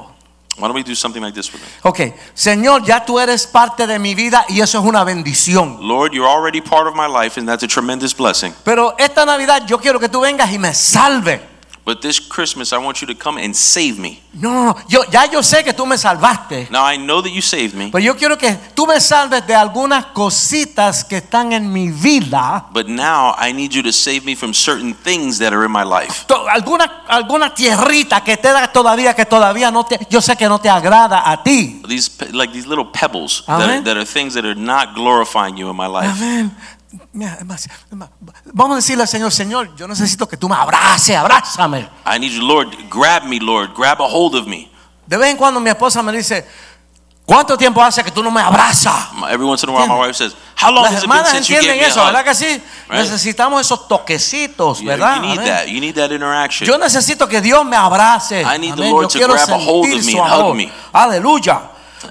Speaker 2: why don't we do something like this with him?
Speaker 1: Ok, Señor, ya tú eres parte de mi vida y eso es una bendición.
Speaker 2: Lord, you're already part of my life, and that's a tremendous blessing.
Speaker 1: Pero esta Navidad yo quiero que tú vengas y me salve.
Speaker 2: But this Christmas, I want you to come and save me.
Speaker 1: No, no, no, yo, ya yo sé que tú me salvaste.
Speaker 2: Now I know that you saved
Speaker 1: Pero
Speaker 2: me,
Speaker 1: Pues yo quiero que tú me salves de algunas cositas que están en mi vida.
Speaker 2: but now I need you to save me from certain things that are in my life.
Speaker 1: To- Alguna, alguna tierrita que te da todavía, que todavía no te, yo sé que no te agrada a ti.
Speaker 2: These pe- like these little pebbles that are,
Speaker 1: Amen.
Speaker 2: that are things that are not glorifying you in my life.
Speaker 1: Amén. Mira, es más, es más, Vamos a decirle al Señor, Señor, yo necesito que tú me abraces, abrázame.
Speaker 2: I need you, Lord, grab me, Lord, grab a hold of me.
Speaker 1: De vez en cuando mi esposa me dice, ¿cuánto tiempo hace que tú no me abrazas?
Speaker 2: My- Every once in a while, my
Speaker 1: Entiende.
Speaker 2: wife says, "How long
Speaker 1: Las
Speaker 2: has it been
Speaker 1: hermanas
Speaker 2: since you gave
Speaker 1: entienden
Speaker 2: me a
Speaker 1: eso, ¿verdad
Speaker 2: hug?"
Speaker 1: que sí? Necesitamos esos toquecitos,
Speaker 2: You, you
Speaker 1: ¿verdad?
Speaker 2: need
Speaker 1: Amén.
Speaker 2: that. You need that interaction.
Speaker 1: Yo necesito que Dios me abrace.
Speaker 2: I need the
Speaker 1: Amén.
Speaker 2: Lord
Speaker 1: Yo
Speaker 2: to
Speaker 1: quiero
Speaker 2: grab a hold of
Speaker 1: sentir
Speaker 2: me
Speaker 1: su
Speaker 2: and hug
Speaker 1: amor.
Speaker 2: me.
Speaker 1: Aleluya.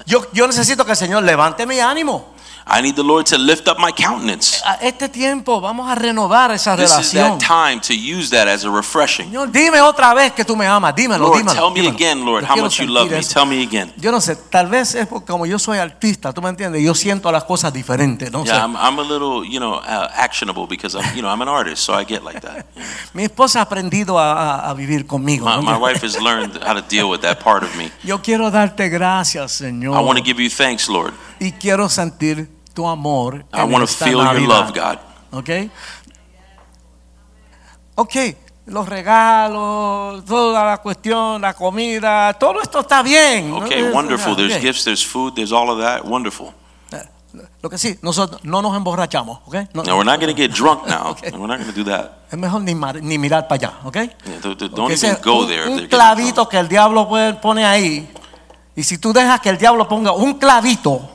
Speaker 1: Yo, yo necesito que el Señor levante mi ánimo.
Speaker 2: I need the Lord to lift up my countenance.
Speaker 1: A este tiempo vamos a renovar esa
Speaker 2: This is
Speaker 1: relación.
Speaker 2: that time to use that as a refreshing.
Speaker 1: Señor, dime otra vez que tú me amas. Dímelo,
Speaker 2: Lord,
Speaker 1: dímelo.
Speaker 2: tell me
Speaker 1: dímelo.
Speaker 2: again, Lord,
Speaker 1: Yo
Speaker 2: how
Speaker 1: quiero
Speaker 2: much you
Speaker 1: sentir
Speaker 2: love me.
Speaker 1: eso.
Speaker 2: Tell me again.
Speaker 1: Yo no sé, tal vez es porque como yo soy artista, tú me entiendes, yo siento las cosas diferentes, no sé.
Speaker 2: Yeah, I'm, I'm a little, you know, uh, actionable because I'm, you know, I'm an artist, so I get like that.
Speaker 1: Mi esposa ha aprendido a, a- a vivir conmigo.
Speaker 2: My,
Speaker 1: ¿no?
Speaker 2: my wife has learned how to deal with that part of me.
Speaker 1: Yo quiero darte gracias,
Speaker 2: I want
Speaker 1: Señor.
Speaker 2: to give you thanks, Lord.
Speaker 1: Y quiero sentir tu amor.
Speaker 2: I
Speaker 1: en
Speaker 2: want to
Speaker 1: esta
Speaker 2: feel your
Speaker 1: Navidad.
Speaker 2: love, God.
Speaker 1: ¿Ok? Ok, los regalos, toda la cuestión, la comida, todo esto está bien. ¿no?
Speaker 2: Okay,
Speaker 1: Eso,
Speaker 2: wonderful.
Speaker 1: ya,
Speaker 2: There's
Speaker 1: ok. Eh,
Speaker 2: gifts, there's food, there's all of that. Wonderful.
Speaker 1: Lo que sí, nosotros no nos emborrachamos, ¿ok? No-
Speaker 2: Now we're not going to get drunk now.
Speaker 1: Okay.
Speaker 2: We're not going to do that.
Speaker 1: Es mejor ni, mar- ni mirar para allá, ¿ok?
Speaker 2: Yeah, don't don't
Speaker 1: Porque ese
Speaker 2: even
Speaker 1: es
Speaker 2: go
Speaker 1: un,
Speaker 2: there. if
Speaker 1: un
Speaker 2: they're getting drunk.
Speaker 1: clavito que el diablo puede- pone ahí. Y si tú dejas que el diablo ponga un clavito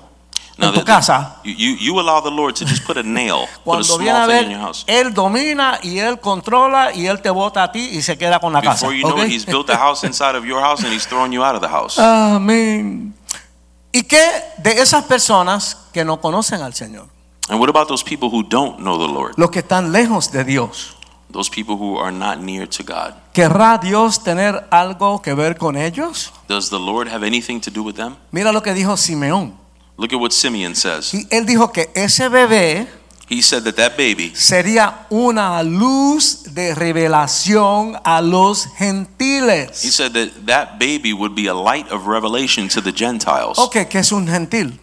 Speaker 1: en tu
Speaker 2: the- the-
Speaker 1: casa,
Speaker 2: you, you, you allow the Lord to just put a nail, put a
Speaker 1: cuando viene
Speaker 2: small
Speaker 1: a
Speaker 2: thing in your
Speaker 1: ver,
Speaker 2: house.
Speaker 1: él domina y él controla y él te bota a ti y se queda con la casa.
Speaker 2: Before you know
Speaker 1: ¿ok? Uh,
Speaker 2: it, he's built a house inside of your house and he's throwing you out of the house.
Speaker 1: Amén. ¿Y qué de esas personas que no conocen al Señor?
Speaker 2: And what about those people who don't know the Lord?
Speaker 1: Los que están lejos de Dios.
Speaker 2: Those people who are not near to God.
Speaker 1: ¿Querrá Dios tener algo que ver con ellos?
Speaker 2: Does the Lord have anything to do with them?
Speaker 1: Mira lo que dijo Simeón.
Speaker 2: Look at what Simeon says.
Speaker 1: Y él dijo que ese bebé
Speaker 2: He said that that baby
Speaker 1: sería una luz de revelación a los
Speaker 2: He
Speaker 1: gentiles.
Speaker 2: said that that baby would be a light of revelation to the Gentiles.
Speaker 1: Ok, ¿qué es un gentil?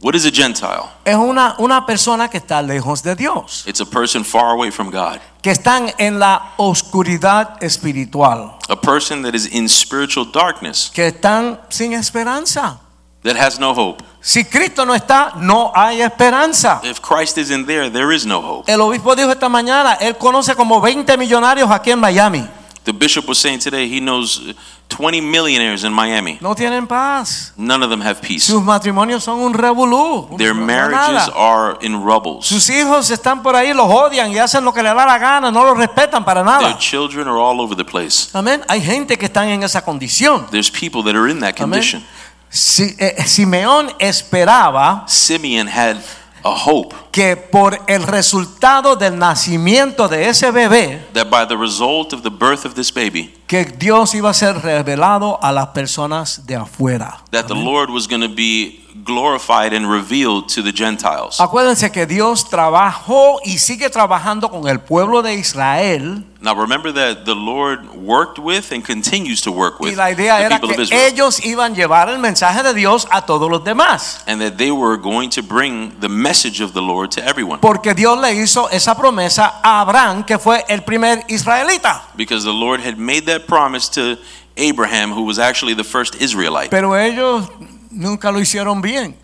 Speaker 2: What is a Gentile?
Speaker 1: Es una, una persona que está lejos de Dios.
Speaker 2: It's a person far away from God,
Speaker 1: que están en la oscuridad espiritual,
Speaker 2: a person that is in spiritual darkness,
Speaker 1: que están sin esperanza.
Speaker 2: that has no hope.
Speaker 1: Si Cristo no está, no hay esperanza.
Speaker 2: If Christ isn't there, there is no hope.
Speaker 1: El obispo dijo esta mañana, él conoce como 20 millonarios aquí en Miami.
Speaker 2: The bishop was saying today he knows uh, 20 millionaires in Miami.
Speaker 1: No tienen paz.
Speaker 2: None of them have peace.
Speaker 1: Sus matrimonios son un revolú.
Speaker 2: Their
Speaker 1: No
Speaker 2: marriages
Speaker 1: nada.
Speaker 2: are in rubbles.
Speaker 1: Sus hijos están por ahí, los odian y hacen lo que les da la gana, no los respetan para
Speaker 2: Their
Speaker 1: nada.
Speaker 2: children are all over the place.
Speaker 1: Amén. Hay gente que están en esa condición.
Speaker 2: There's people that are in that
Speaker 1: Amén.
Speaker 2: condition.
Speaker 1: Si- eh, Simeón esperaba
Speaker 2: Simeon had a hope
Speaker 1: que por el resultado del nacimiento de ese bebé,
Speaker 2: that by the result of the birth of this baby,
Speaker 1: que Dios iba a ser revelado a las personas de afuera.
Speaker 2: that the Lord was going to be glorified and revealed to the Gentiles.
Speaker 1: Acuérdense que Dios trabajó y sigue trabajando con el pueblo de Israel
Speaker 2: Now remember that the Lord worked with and continues to work
Speaker 1: y
Speaker 2: with
Speaker 1: la idea
Speaker 2: the
Speaker 1: era
Speaker 2: people of
Speaker 1: que
Speaker 2: Israel.
Speaker 1: ellos iban a llevar el mensaje de Dios a todos los demás,
Speaker 2: And that they were going to bring the message of the Lord to everyone.
Speaker 1: porque Dios le hizo esa promesa a Abraham, que fue el primer israelita.
Speaker 2: Because the Lord had made that promise to Abraham, who was actually the first Israelite.
Speaker 1: Pero ellos nunca lo hicieron bien.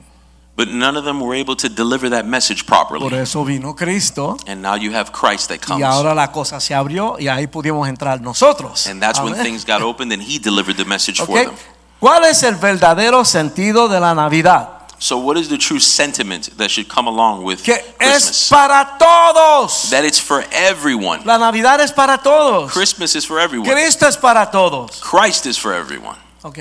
Speaker 2: But none of them were able to deliver that message
Speaker 1: Por
Speaker 2: properly.
Speaker 1: eso vino Cristo.
Speaker 2: And now you have Christ that
Speaker 1: Y
Speaker 2: comes.
Speaker 1: ahora la cosa se abrió y ahí pudimos entrar nosotros.
Speaker 2: And that's when
Speaker 1: Amén.
Speaker 2: things got opened and he delivered the message
Speaker 1: Ok.
Speaker 2: for them.
Speaker 1: ¿Cuál es el verdadero sentido de la Navidad?
Speaker 2: So, what is the true sentiment that should come along with
Speaker 1: Que es
Speaker 2: Christmas?
Speaker 1: para todos.
Speaker 2: That it's for everyone.
Speaker 1: La Navidad es para todos.
Speaker 2: Christmas is for everyone.
Speaker 1: Cristo es para todos.
Speaker 2: Christ is for everyone.
Speaker 1: Ok.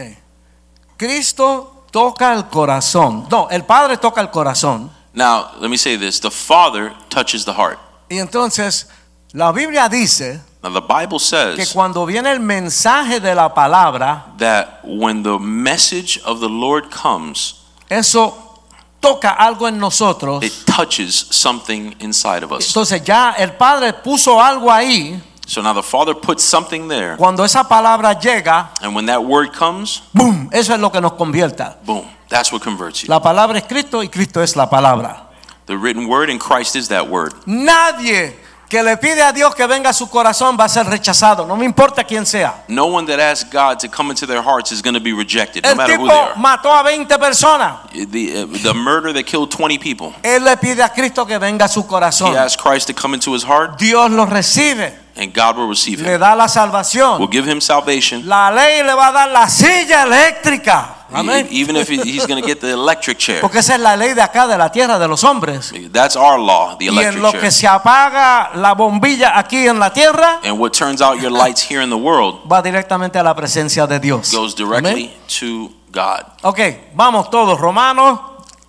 Speaker 1: Cristo toca el corazón. No, el Padre toca el corazón.
Speaker 2: Now, let me say this the Father touches the heart.
Speaker 1: Y entonces la Biblia dice
Speaker 2: Now, the Bible
Speaker 1: que
Speaker 2: says
Speaker 1: cuando viene el mensaje de la palabra,
Speaker 2: that when the message of the Lord comes,
Speaker 1: eso toca algo en nosotros.
Speaker 2: it touches something inside of us.
Speaker 1: Entonces ya el Padre puso algo ahí.
Speaker 2: So now the Father puts something there,
Speaker 1: Cuando esa palabra llega,
Speaker 2: and when that word comes,
Speaker 1: ¡boom! Eso es lo que nos convierta.
Speaker 2: boom, that's what converts you.
Speaker 1: La palabra es Cristo y Cristo es la palabra.
Speaker 2: The written word and Christ is that word.
Speaker 1: Nadie que le pide a Dios que venga a su corazón va a ser rechazado. No me importa quién sea.
Speaker 2: No one that asks God to come into their hearts is going to be rejected, no
Speaker 1: El
Speaker 2: matter who they
Speaker 1: tipo
Speaker 2: are.
Speaker 1: mató a 20 personas.
Speaker 2: The, uh, the murder that killed 20 people,
Speaker 1: Él le pide a Cristo que venga a su
Speaker 2: he
Speaker 1: corazón.
Speaker 2: asked Christ to come into his heart,
Speaker 1: Dios lo recibe,
Speaker 2: and God will receive
Speaker 1: le
Speaker 2: him.
Speaker 1: da la
Speaker 2: Will
Speaker 1: salvación.
Speaker 2: give him salvation.
Speaker 1: La ley le va a dar la silla eléctrica.
Speaker 2: E-
Speaker 1: Amén.
Speaker 2: Even if he- he's going to get the electric chair.
Speaker 1: Porque esa es la ley de acá, de la tierra, de los hombres.
Speaker 2: That's our law, the
Speaker 1: Y en
Speaker 2: electric
Speaker 1: lo
Speaker 2: chair.
Speaker 1: que se apaga la bombilla aquí en la tierra,
Speaker 2: And what turns out your lights here in the world
Speaker 1: va directamente a la presencia de Dios.
Speaker 2: goes
Speaker 1: Amén.
Speaker 2: directly to God.
Speaker 1: Ok, vamos todos. Romanos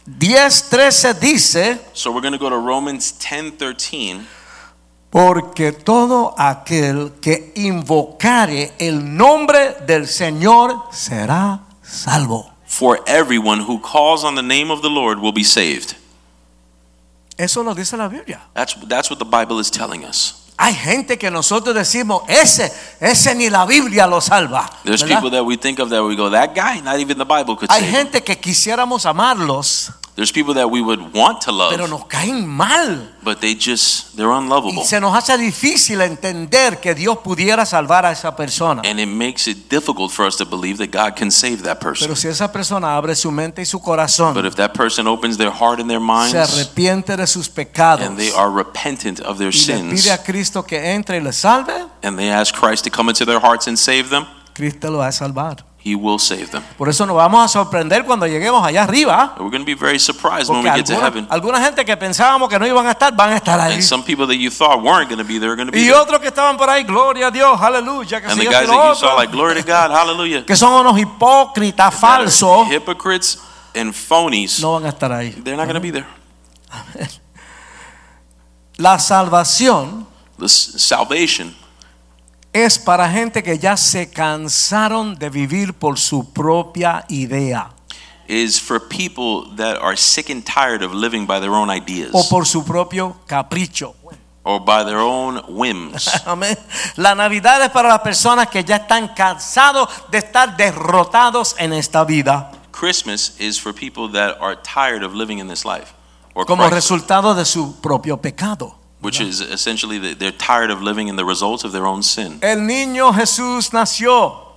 Speaker 1: 10, 13 dice,
Speaker 2: So we're going to go to Romans 10:13.
Speaker 1: porque todo aquel que invocare el nombre del Señor será salvo.
Speaker 2: For everyone who calls on the name of the Lord will be saved.
Speaker 1: Eso lo dice la Biblia.
Speaker 2: That's that's what the Bible is telling us.
Speaker 1: Hay gente que nosotros decimos, ese, ese ni la Biblia lo salva.
Speaker 2: There's
Speaker 1: ¿verdad?
Speaker 2: people that we think of that we go, that guy, not even the Bible could
Speaker 1: Hay
Speaker 2: save. him."
Speaker 1: gente que quisiéramos amarlos,
Speaker 2: There's people that we would want to
Speaker 1: pero
Speaker 2: love,
Speaker 1: nos caen mal.
Speaker 2: but they just they're
Speaker 1: Y
Speaker 2: unlovable.
Speaker 1: se nos hace difícil entender que Dios pudiera salvar a esa persona.
Speaker 2: And it makes it difficult for us to believe that God can save that person.
Speaker 1: Pero si esa persona abre su mente y su corazón,
Speaker 2: But if that person opens their heart and their
Speaker 1: se
Speaker 2: minds
Speaker 1: arrepiente de sus pecados
Speaker 2: and they are repentant of their
Speaker 1: y le
Speaker 2: sins,
Speaker 1: pide a Cristo que entre y le salve,
Speaker 2: and they ask Christ to come into their hearts and save them,
Speaker 1: Cristo lo va a salvar.
Speaker 2: He will save them.
Speaker 1: Por eso nos vamos a sorprender cuando lleguemos allá arriba,
Speaker 2: And we're going to be very surprised when
Speaker 1: porque
Speaker 2: we get to
Speaker 1: alguna,
Speaker 2: heaven.
Speaker 1: alguna gente que pensábamos que no iban a estar, van a estar ahí.
Speaker 2: And some people that you thought weren't going to be there are going to be
Speaker 1: Y
Speaker 2: there.
Speaker 1: otros que estaban por ahí, gloria a Dios, aleluya, que
Speaker 2: And
Speaker 1: sí,
Speaker 2: the
Speaker 1: esto y
Speaker 2: guys
Speaker 1: lo
Speaker 2: that you
Speaker 1: otro,
Speaker 2: saw, like, glory to God, hallelujah.
Speaker 1: que son unos hipócritas
Speaker 2: That are
Speaker 1: falsos,
Speaker 2: Hypocrites and phonies,
Speaker 1: no van a estar ahí.
Speaker 2: they're not going to be there.
Speaker 1: La salvación
Speaker 2: The s- salvation
Speaker 1: es para gente que ya se cansaron de vivir por su propia idea.
Speaker 2: is for people that are sick and tired of living by their own ideas
Speaker 1: o por su propio capricho.
Speaker 2: or by their own whims.
Speaker 1: Amén. La Navidad es para las personas que ya están cansados de estar derrotados en esta vida
Speaker 2: Christmas is for people that are tired of living in this life or
Speaker 1: como
Speaker 2: Christ,
Speaker 1: resultado de su propio pecado.
Speaker 2: which is essentially that they're tired of living in the results of their own sin.
Speaker 1: El niño Jesús nació.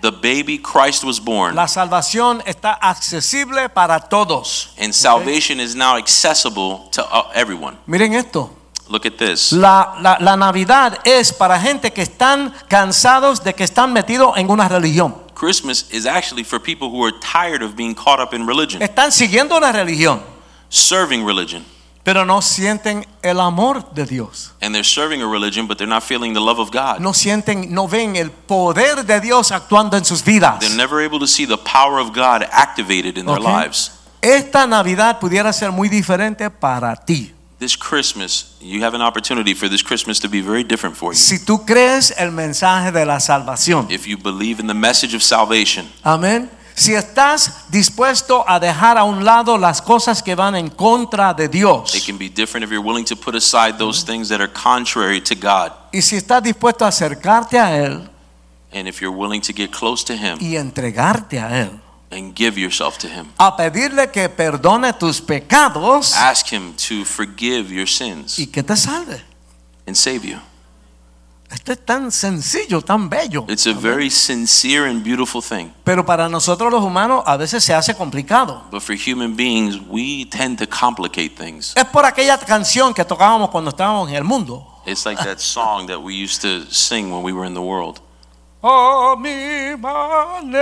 Speaker 2: The baby Christ was born,
Speaker 1: La salvación está accesible para todos.
Speaker 2: and salvation is now accessible to uh, everyone.
Speaker 1: Miren esto.
Speaker 2: Look at this.
Speaker 1: La, la- la Navidad es para gente que están cansados de que están metidos en una religión.
Speaker 2: Christmas is actually for people who are tired of being caught up in religion,
Speaker 1: Están siguiendo una religión,
Speaker 2: serving religion.
Speaker 1: pero no sienten el amor de Dios.
Speaker 2: And they're serving a religion, but they're not feeling the love of God.
Speaker 1: no sienten, no ven el poder de Dios actuando en sus vidas.
Speaker 2: They're never able to see the power of God activated in their
Speaker 1: Okay.
Speaker 2: lives.
Speaker 1: Esta Navidad pudiera ser muy diferente para ti.
Speaker 2: This Christmas, you have an opportunity for this Christmas to be very different for you.
Speaker 1: Si tú crees el mensaje de la salvación.
Speaker 2: If you believe in the message of salvation,
Speaker 1: Amén. Si estás dispuesto a dejar a un lado las cosas que van en contra de
Speaker 2: it
Speaker 1: Dios.
Speaker 2: can be different if you're willing to put aside those things that are contrary to God.
Speaker 1: Y si estás dispuesto a acercarte a Él
Speaker 2: And if you're willing to get close to Him
Speaker 1: y entregarte a Él.
Speaker 2: and give yourself to Him,
Speaker 1: A pedirle que perdone tus pecados
Speaker 2: ask Him to forgive your sins
Speaker 1: y que te salve.
Speaker 2: and save you.
Speaker 1: Esto es tan sencillo, tan bello.
Speaker 2: It's a very sincere and beautiful thing.
Speaker 1: Pero para nosotros los humanos a veces se hace complicado.
Speaker 2: But for human beings, we tend to complicate things.
Speaker 1: Es por aquella canción que tocábamos cuando estábamos en el mundo.
Speaker 2: It's like that song that we used to sing when we were in the world.
Speaker 1: A mi manera.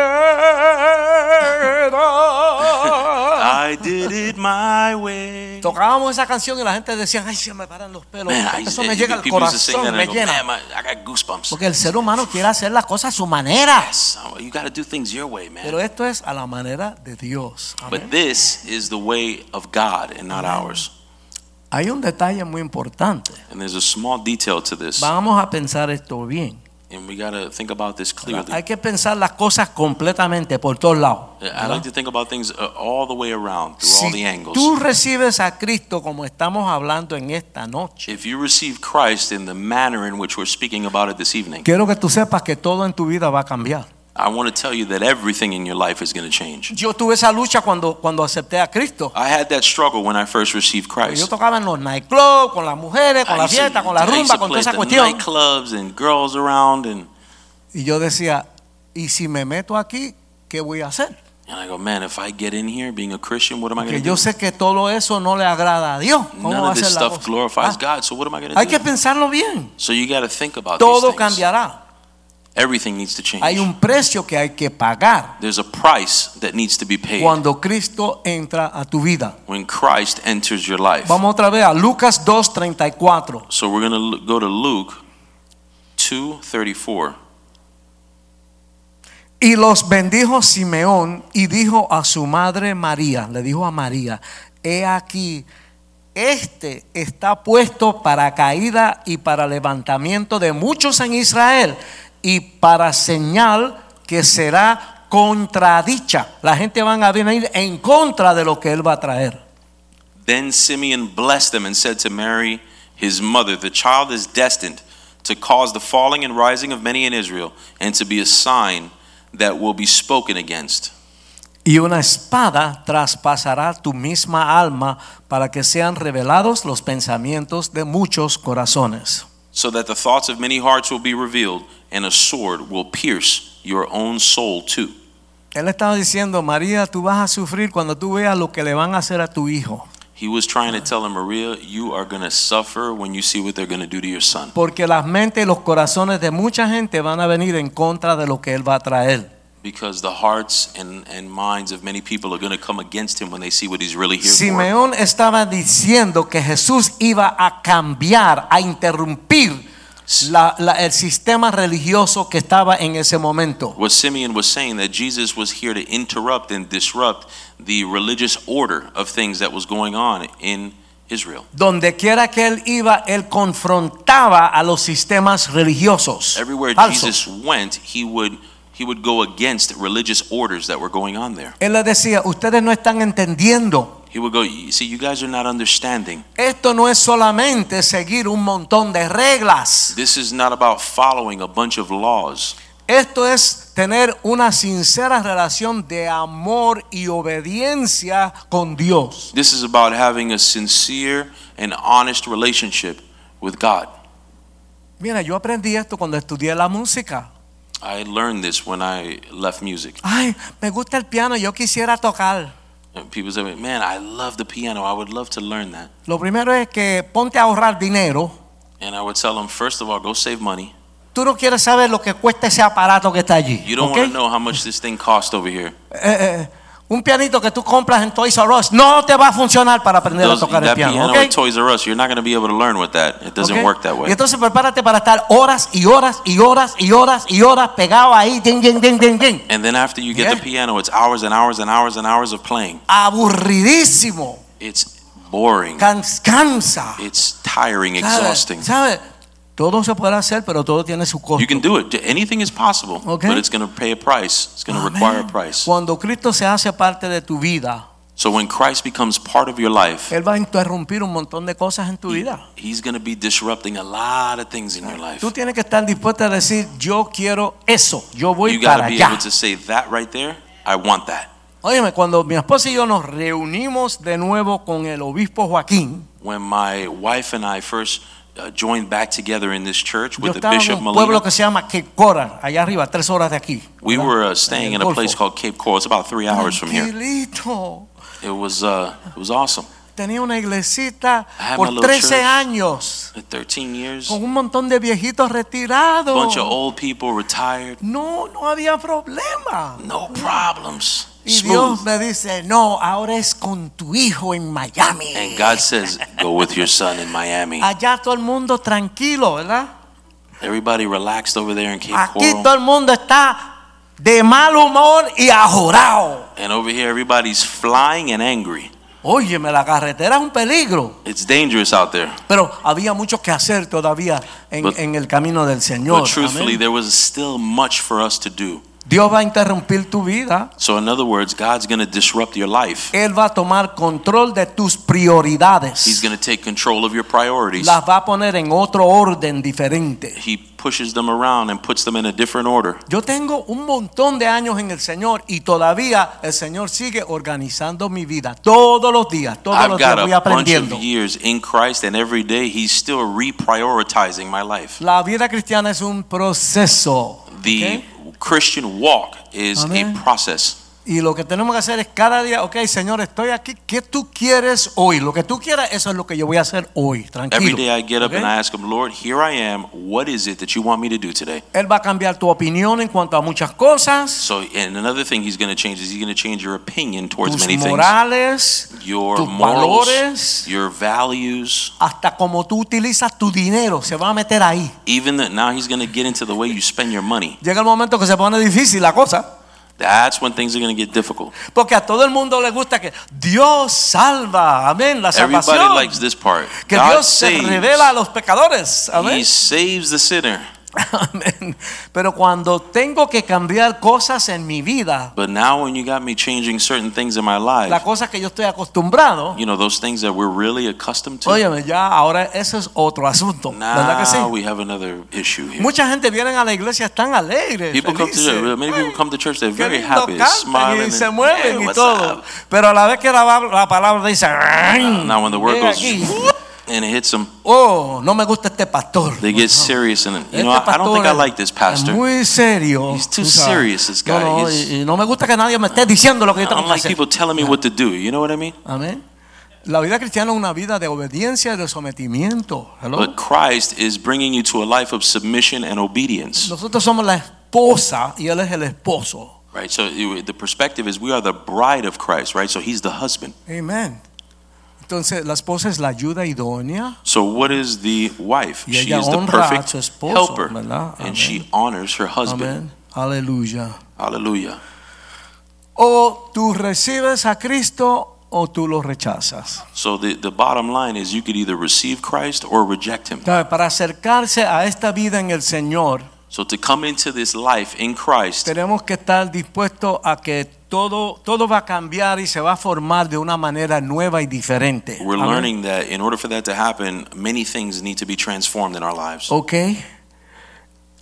Speaker 2: I did it my way.
Speaker 1: Ah. Tocábamos esa canción y la gente decía, ay, se me paran los pelos.
Speaker 2: Man, I used
Speaker 1: Eso
Speaker 2: to,
Speaker 1: me llega al
Speaker 2: people used to sing that
Speaker 1: corazón,
Speaker 2: and
Speaker 1: me
Speaker 2: I go,
Speaker 1: llena.
Speaker 2: man, I, I got goosebumps.
Speaker 1: Porque el ser humano quiere hacer las cosas a su manera.
Speaker 2: So, You got to do things your way,
Speaker 1: Pero
Speaker 2: man.
Speaker 1: esto es a la manera de Dios. Amén.
Speaker 2: But this is the way of God and not ours.
Speaker 1: Hay un detalle muy importante.
Speaker 2: And there's a small detail to this,
Speaker 1: Vamos a pensar esto bien.
Speaker 2: and we got to think about this clearly.
Speaker 1: Hay que pensar las cosas completamente por todos lados.
Speaker 2: I like to think about things uh, all the way around, through all the
Speaker 1: Si
Speaker 2: angles.
Speaker 1: tú recibes a Cristo como estamos hablando en esta noche,
Speaker 2: If you receive Christ in the manner in which we're speaking about it this evening,
Speaker 1: quiero que tú sepas que todo en tu vida va a cambiar.
Speaker 2: I want to tell you that everything in your life is going to change.
Speaker 1: Yo tuve esa lucha cuando, cuando acepté a Cristo.
Speaker 2: I had that struggle when I first received
Speaker 1: Yo
Speaker 2: Christ.
Speaker 1: tocaba en los nightclubs, con las mujeres, con
Speaker 2: I
Speaker 1: la
Speaker 2: used to-
Speaker 1: fiesta, con la
Speaker 2: I used
Speaker 1: rumba,
Speaker 2: to
Speaker 1: con toda
Speaker 2: play at
Speaker 1: esa
Speaker 2: the
Speaker 1: cuestión.
Speaker 2: Nightclubs and girls around, and,
Speaker 1: Y yo decía, ¿y si me meto aquí, qué voy a hacer?
Speaker 2: and I go, man, if I get in here being a Christian, what am I
Speaker 1: Que
Speaker 2: going to do?
Speaker 1: yo sé que todo eso no le agrada a Dios. ¿Cómo
Speaker 2: None
Speaker 1: va a
Speaker 2: of this
Speaker 1: ser la
Speaker 2: stuff
Speaker 1: cosa?
Speaker 2: glorifies
Speaker 1: Ah,
Speaker 2: God, so what am I going
Speaker 1: Hay
Speaker 2: to
Speaker 1: que
Speaker 2: do?
Speaker 1: pensarlo bien.
Speaker 2: So you got to think about these
Speaker 1: Todo
Speaker 2: things.
Speaker 1: cambiará.
Speaker 2: Everything needs to change.
Speaker 1: Hay un precio que hay que pagar
Speaker 2: There's a price that needs to be paid
Speaker 1: cuando Cristo entra a tu vida.
Speaker 2: when Christ enters your life.
Speaker 1: Vamos otra vez a Lucas 2:34.
Speaker 2: So we're going to go to Luke 2:34.
Speaker 1: Y los bendijo Simeón y dijo a su madre María, le dijo a María, he aquí, este está puesto para caída y para levantamiento de muchos en Israel y para señal que será contradicha. La gente van a venir en contra de lo que él va a traer.
Speaker 2: Then Simeon blessed them and said to Mary, his mother, The child is destined to cause the falling and rising of many in Israel, and to be a sign that will be spoken against.
Speaker 1: Y una espada traspasará tu misma alma para que sean revelados los pensamientos de muchos corazones.
Speaker 2: So that the thoughts of many hearts will be revealed, and a sword will pierce your own soul too.
Speaker 1: Él estaba diciendo, María, tú vas a sufrir cuando tú veas lo que le van a hacer a tu hijo.
Speaker 2: He was trying to tell her, Maria, you are going to suffer when you see what they're going to do to your son.
Speaker 1: Porque las mentes y los corazones de mucha gente van a venir en contra de lo que él va a traer.
Speaker 2: Because the hearts and, and minds of many people are going to come against him when they see what he's really here for.
Speaker 1: Simeón estaba diciendo que Jesús iba a cambiar, a interrumpir la- la- el sistema religioso que estaba en ese momento.
Speaker 2: What Simeon was saying that Jesus was here to interrupt and disrupt the religious order of things that was going on in Israel.
Speaker 1: Donde quiera que él iba, él confrontaba a los sistemas religiosos.
Speaker 2: Everywhere
Speaker 1: falsos.
Speaker 2: Jesus went, he would he would go against religious orders that were going on there.
Speaker 1: Él les decía, ustedes no están entendiendo.
Speaker 2: He would go, "You see, you guys are not understanding.
Speaker 1: Esto no es solamente seguir un montón de reglas.
Speaker 2: This is not about following a bunch of laws.
Speaker 1: Esto es tener una sincera relación de amor y obediencia con Dios.
Speaker 2: This is about having a sincere and honest relationship with God.
Speaker 1: Mira, yo aprendí esto cuando estudié la música.
Speaker 2: I learned this when I left music.
Speaker 1: Ay, me gusta el piano, yo quisiera tocar.
Speaker 2: And People say, "Man, I love the piano. I would love to learn that."
Speaker 1: Lo primero es que ponte a ahorrar dinero.
Speaker 2: And I would tell them, first of all, go save money.
Speaker 1: Tú no quieres saber lo que cuesta ese aparato que está allí.
Speaker 2: You don't
Speaker 1: ¿ok?
Speaker 2: want to know how much this thing cost over here.
Speaker 1: Eh, eh, un pianito que tú compras en Toys R Us no te va a funcionar para aprender
Speaker 2: Those-
Speaker 1: a tocar el
Speaker 2: that
Speaker 1: piano.
Speaker 2: piano
Speaker 1: ¿ok?
Speaker 2: at Toys R Us, you're not going to be able to learn with that. It doesn't
Speaker 1: ¿ok?
Speaker 2: work that way.
Speaker 1: Y entonces prepárate para estar horas y horas y horas y horas y horas pegado ahí, ding, ding, ding, ding, ding.
Speaker 2: And then after you get the
Speaker 1: Yeah.
Speaker 2: piano, it's hours and hours and hours and hours of playing.
Speaker 1: Aburridísimo,
Speaker 2: It's boring.
Speaker 1: Cans- cansa.
Speaker 2: It's tiring,
Speaker 1: ¿Sabes?
Speaker 2: exhausting.
Speaker 1: ¿Sabe? Todo se puede hacer, pero todo tiene su costo.
Speaker 2: You can do it. Anything is possible,
Speaker 1: Okay. Oh,
Speaker 2: but it's going to pay a price. It's going to
Speaker 1: Amén.
Speaker 2: require a price.
Speaker 1: Cuando Cristo se hace parte de tu vida,
Speaker 2: So when Christ becomes part of your life,
Speaker 1: Él va a interrumpir un montón de cosas en tu vida.
Speaker 2: He's going to be disrupting a lot of things in your life.
Speaker 1: Tú tienes que estar dispuesto a decir, yo quiero eso, yo voy
Speaker 2: You got
Speaker 1: para
Speaker 2: to be
Speaker 1: allá.
Speaker 2: able to say that right there. I want that.
Speaker 1: Óyeme, cuando mi esposa y yo nos reunimos de nuevo con el obispo Joaquín,
Speaker 2: when my wife and I first uh, joined back together in this church
Speaker 1: Yo
Speaker 2: with the
Speaker 1: estaba en
Speaker 2: Bishop
Speaker 1: un pueblo
Speaker 2: Molina.
Speaker 1: que se llama Cape Coral, allá arriba, tres horas de aquí.
Speaker 2: We
Speaker 1: ¿verdad?
Speaker 2: were uh, staying
Speaker 1: en
Speaker 2: in
Speaker 1: el
Speaker 2: a place
Speaker 1: Golfo.
Speaker 2: called Cape Coral. It's about three hours from here.
Speaker 1: Tranquilito.
Speaker 2: It was uh, it was awesome.
Speaker 1: Tenía una iglesita
Speaker 2: I had my
Speaker 1: por
Speaker 2: little
Speaker 1: 13
Speaker 2: church.
Speaker 1: años,
Speaker 2: At 13 years,
Speaker 1: con un montón de viejitos retirados.
Speaker 2: bunch of old people, retired,
Speaker 1: No, no había problema.
Speaker 2: no problems,
Speaker 1: Y Dios
Speaker 2: smooth.
Speaker 1: me dice, no, ahora es con tu hijo en Miami.
Speaker 2: And God says, "Go with your son in Miami."
Speaker 1: Allá todo el mundo tranquilo, ¿verdad?
Speaker 2: Everybody relaxed over there in Cape
Speaker 1: Aquí
Speaker 2: Coral,
Speaker 1: todo el mundo está de mal humor y ajorado.
Speaker 2: and over here everybody's flying and angry.
Speaker 1: Óyeme, la carretera es un peligro.
Speaker 2: It's dangerous out there.
Speaker 1: Pero había mucho que hacer todavía en,
Speaker 2: But-
Speaker 1: en el camino del
Speaker 2: But
Speaker 1: Señor.
Speaker 2: truthfully,
Speaker 1: Amén.
Speaker 2: there was still much for us to do.
Speaker 1: Dios va a interrumpir tu vida.
Speaker 2: So, in other words, God's going to disrupt your life.
Speaker 1: Él va a tomar control de tus
Speaker 2: He's
Speaker 1: prioridades.
Speaker 2: going to take control of your priorities.
Speaker 1: Las va a poner en otro orden diferente.
Speaker 2: He pushes them around and puts them in a different order.
Speaker 1: Yo tengo un montón de años en el Señor y todavía el Señor sigue organizando mi vida. Todos los días, todos
Speaker 2: I've
Speaker 1: los
Speaker 2: got
Speaker 1: días
Speaker 2: a
Speaker 1: voy
Speaker 2: bunch of
Speaker 1: aprendiendo.
Speaker 2: years in Christ, and every day He's still reprioritizing my life.
Speaker 1: La vida cristiana es un proceso.
Speaker 2: The
Speaker 1: ¿ok?
Speaker 2: Christian walk is a
Speaker 1: Amén.
Speaker 2: process.
Speaker 1: Y lo que tenemos que hacer es cada día, ok, Señor, estoy aquí. ¿Qué tú quieres hoy? Lo que tú quieras, eso es lo que yo voy a hacer hoy.
Speaker 2: Every
Speaker 1: Tranquilo.
Speaker 2: day I get up
Speaker 1: ¿ok?
Speaker 2: and I ask Him, Lord, here I am. What is it that you want me to do today?
Speaker 1: Él va a cambiar tu opinión en cuanto a muchas cosas,
Speaker 2: So, and another thing He's going to change is He's going to change your opinion towards
Speaker 1: tus
Speaker 2: many things.
Speaker 1: morales,
Speaker 2: your
Speaker 1: tus
Speaker 2: morals,
Speaker 1: valores.
Speaker 2: your values,
Speaker 1: hasta cómo tú utilizas tu dinero, se va a meter ahí.
Speaker 2: even the, now he's going to get into the way you spend your money.
Speaker 1: Llega el momento que se pone difícil la cosa,
Speaker 2: That's when things are going to get difficult.
Speaker 1: porque a todo el mundo le gusta que Dios salva, amén, la salvación.
Speaker 2: Everybody likes this part.
Speaker 1: que
Speaker 2: God
Speaker 1: Dios se
Speaker 2: saves.
Speaker 1: revela a los pecadores, amén.
Speaker 2: He saves the sinner.
Speaker 1: Amén. Pero cuando tengo que cambiar cosas en mi vida,
Speaker 2: But now when you got me changing certain things in my life,
Speaker 1: las cosas que yo estoy acostumbrado,
Speaker 2: you know, those things that we're really accustomed to,
Speaker 1: óyeme, ya ahora eso es otro asunto, ¿verdad que sí?
Speaker 2: now we have another issue here.
Speaker 1: Mucha gente vienen a la iglesia están alegres,
Speaker 2: People come to
Speaker 1: felices.
Speaker 2: church, many people come to church, they're
Speaker 1: Qué
Speaker 2: very
Speaker 1: lindo
Speaker 2: happy,
Speaker 1: cantan
Speaker 2: smiling,
Speaker 1: y se
Speaker 2: and,
Speaker 1: mueven
Speaker 2: "Hey,
Speaker 1: y
Speaker 2: what's
Speaker 1: todo.
Speaker 2: up?"
Speaker 1: Pero a la vez que la, la palabra dice,
Speaker 2: Now when the word
Speaker 1: "Ven
Speaker 2: goes,
Speaker 1: aquí".
Speaker 2: and it hits them,
Speaker 1: oh, no me gusta este pastor.
Speaker 2: they get serious, and you
Speaker 1: Este
Speaker 2: know, I, I don't think I
Speaker 1: pastor
Speaker 2: like this pastor.
Speaker 1: Es muy serio.
Speaker 2: He's too
Speaker 1: tú sabes.
Speaker 2: serious, this guy.
Speaker 1: No, no,
Speaker 2: He's-
Speaker 1: y- y no me gusta que nadie me esté diciendo lo que yo
Speaker 2: I
Speaker 1: tengo
Speaker 2: don't
Speaker 1: que
Speaker 2: like
Speaker 1: hacer.
Speaker 2: people telling me what to do. You know what I mean?
Speaker 1: Amén. La vida cristiana es una vida de obediencia y de sometimiento. Hello.
Speaker 2: But Christ is bringing you to a life of submission and obedience.
Speaker 1: Nosotros somos la esposa y él es el esposo.
Speaker 2: Right? So you- the perspective is we are the bride of Christ, right? So he's the husband.
Speaker 1: Amén. Entonces, la esposa es la ayuda idónea.
Speaker 2: So what is the wife?
Speaker 1: Y
Speaker 2: She
Speaker 1: ella
Speaker 2: is the
Speaker 1: honra a
Speaker 2: perfect
Speaker 1: su esposo,
Speaker 2: helper.
Speaker 1: ¿verdad? Amén.
Speaker 2: And she honors her husband.
Speaker 1: Amén. Aleluya.
Speaker 2: Hallelujah.
Speaker 1: O tú recibes a Cristo o tú lo rechazas.
Speaker 2: So the, the bottom line is you could either receive Christ or reject him.
Speaker 1: ¿Sabe? Para acercarse a esta vida en el Señor,
Speaker 2: So to come into this life in Christ,
Speaker 1: tenemos que estar dispuestos a que todo, todo va a cambiar y se va a formar de una manera nueva y diferente.
Speaker 2: we're
Speaker 1: Amén.
Speaker 2: learning that in order for that to happen, many things need to be transformed in our lives.
Speaker 1: Ok.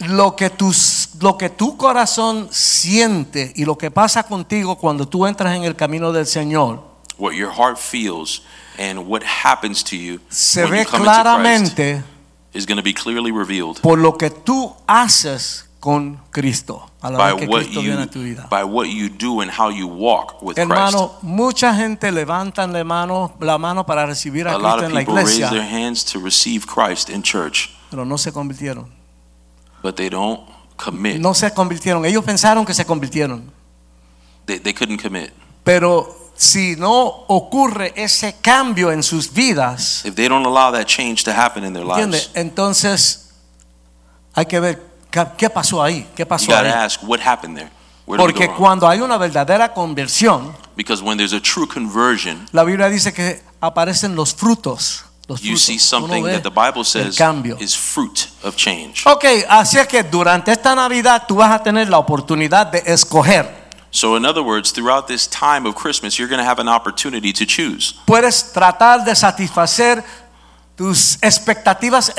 Speaker 1: Lo que, tus, lo que tu corazón siente y lo que pasa contigo cuando tú entras en el camino del Señor
Speaker 2: what your heart feels and what happens to you
Speaker 1: se
Speaker 2: when you
Speaker 1: ve
Speaker 2: come into Christ
Speaker 1: claramente
Speaker 2: is going to be clearly revealed
Speaker 1: por lo que tú haces con Cristo a la
Speaker 2: by
Speaker 1: vez que
Speaker 2: what
Speaker 1: Cristo viene
Speaker 2: you
Speaker 1: a tu vida.
Speaker 2: by what you do and how you walk with Christ.
Speaker 1: Hermano, mucha gente levantan la mano, la mano para recibir a
Speaker 2: A
Speaker 1: Cristo
Speaker 2: lot of
Speaker 1: en la
Speaker 2: people raise
Speaker 1: iglesia,
Speaker 2: their hands to receive Christ in church,
Speaker 1: pero no se convirtieron.
Speaker 2: but they don't commit.
Speaker 1: No se convirtieron. Ellos pensaron que se convirtieron,
Speaker 2: They, they couldn't commit.
Speaker 1: pero si no ocurre ese cambio en sus vidas,
Speaker 2: If they don't allow that change to happen in their
Speaker 1: ¿entiende?
Speaker 2: lives,
Speaker 1: Entonces hay que ver ca- qué pasó ahí, qué
Speaker 2: you
Speaker 1: pasó
Speaker 2: got to
Speaker 1: ahí.
Speaker 2: ask what happened there. Where did we
Speaker 1: Porque
Speaker 2: go wrong?
Speaker 1: cuando hay una verdadera conversión,
Speaker 2: Because when there's a true conversion,
Speaker 1: la Biblia dice que aparecen los frutos. Los
Speaker 2: you
Speaker 1: frutos.
Speaker 2: see
Speaker 1: Uno
Speaker 2: something
Speaker 1: ve
Speaker 2: that the Bible
Speaker 1: el
Speaker 2: says
Speaker 1: cambio.
Speaker 2: is fruit of change.
Speaker 1: Ok, así es que durante esta Navidad tú vas a tener la oportunidad de escoger.
Speaker 2: So, in other words, throughout this time of Christmas, you're going to have an opportunity to choose.
Speaker 1: Puedes tratar de satisfacer tus expectativas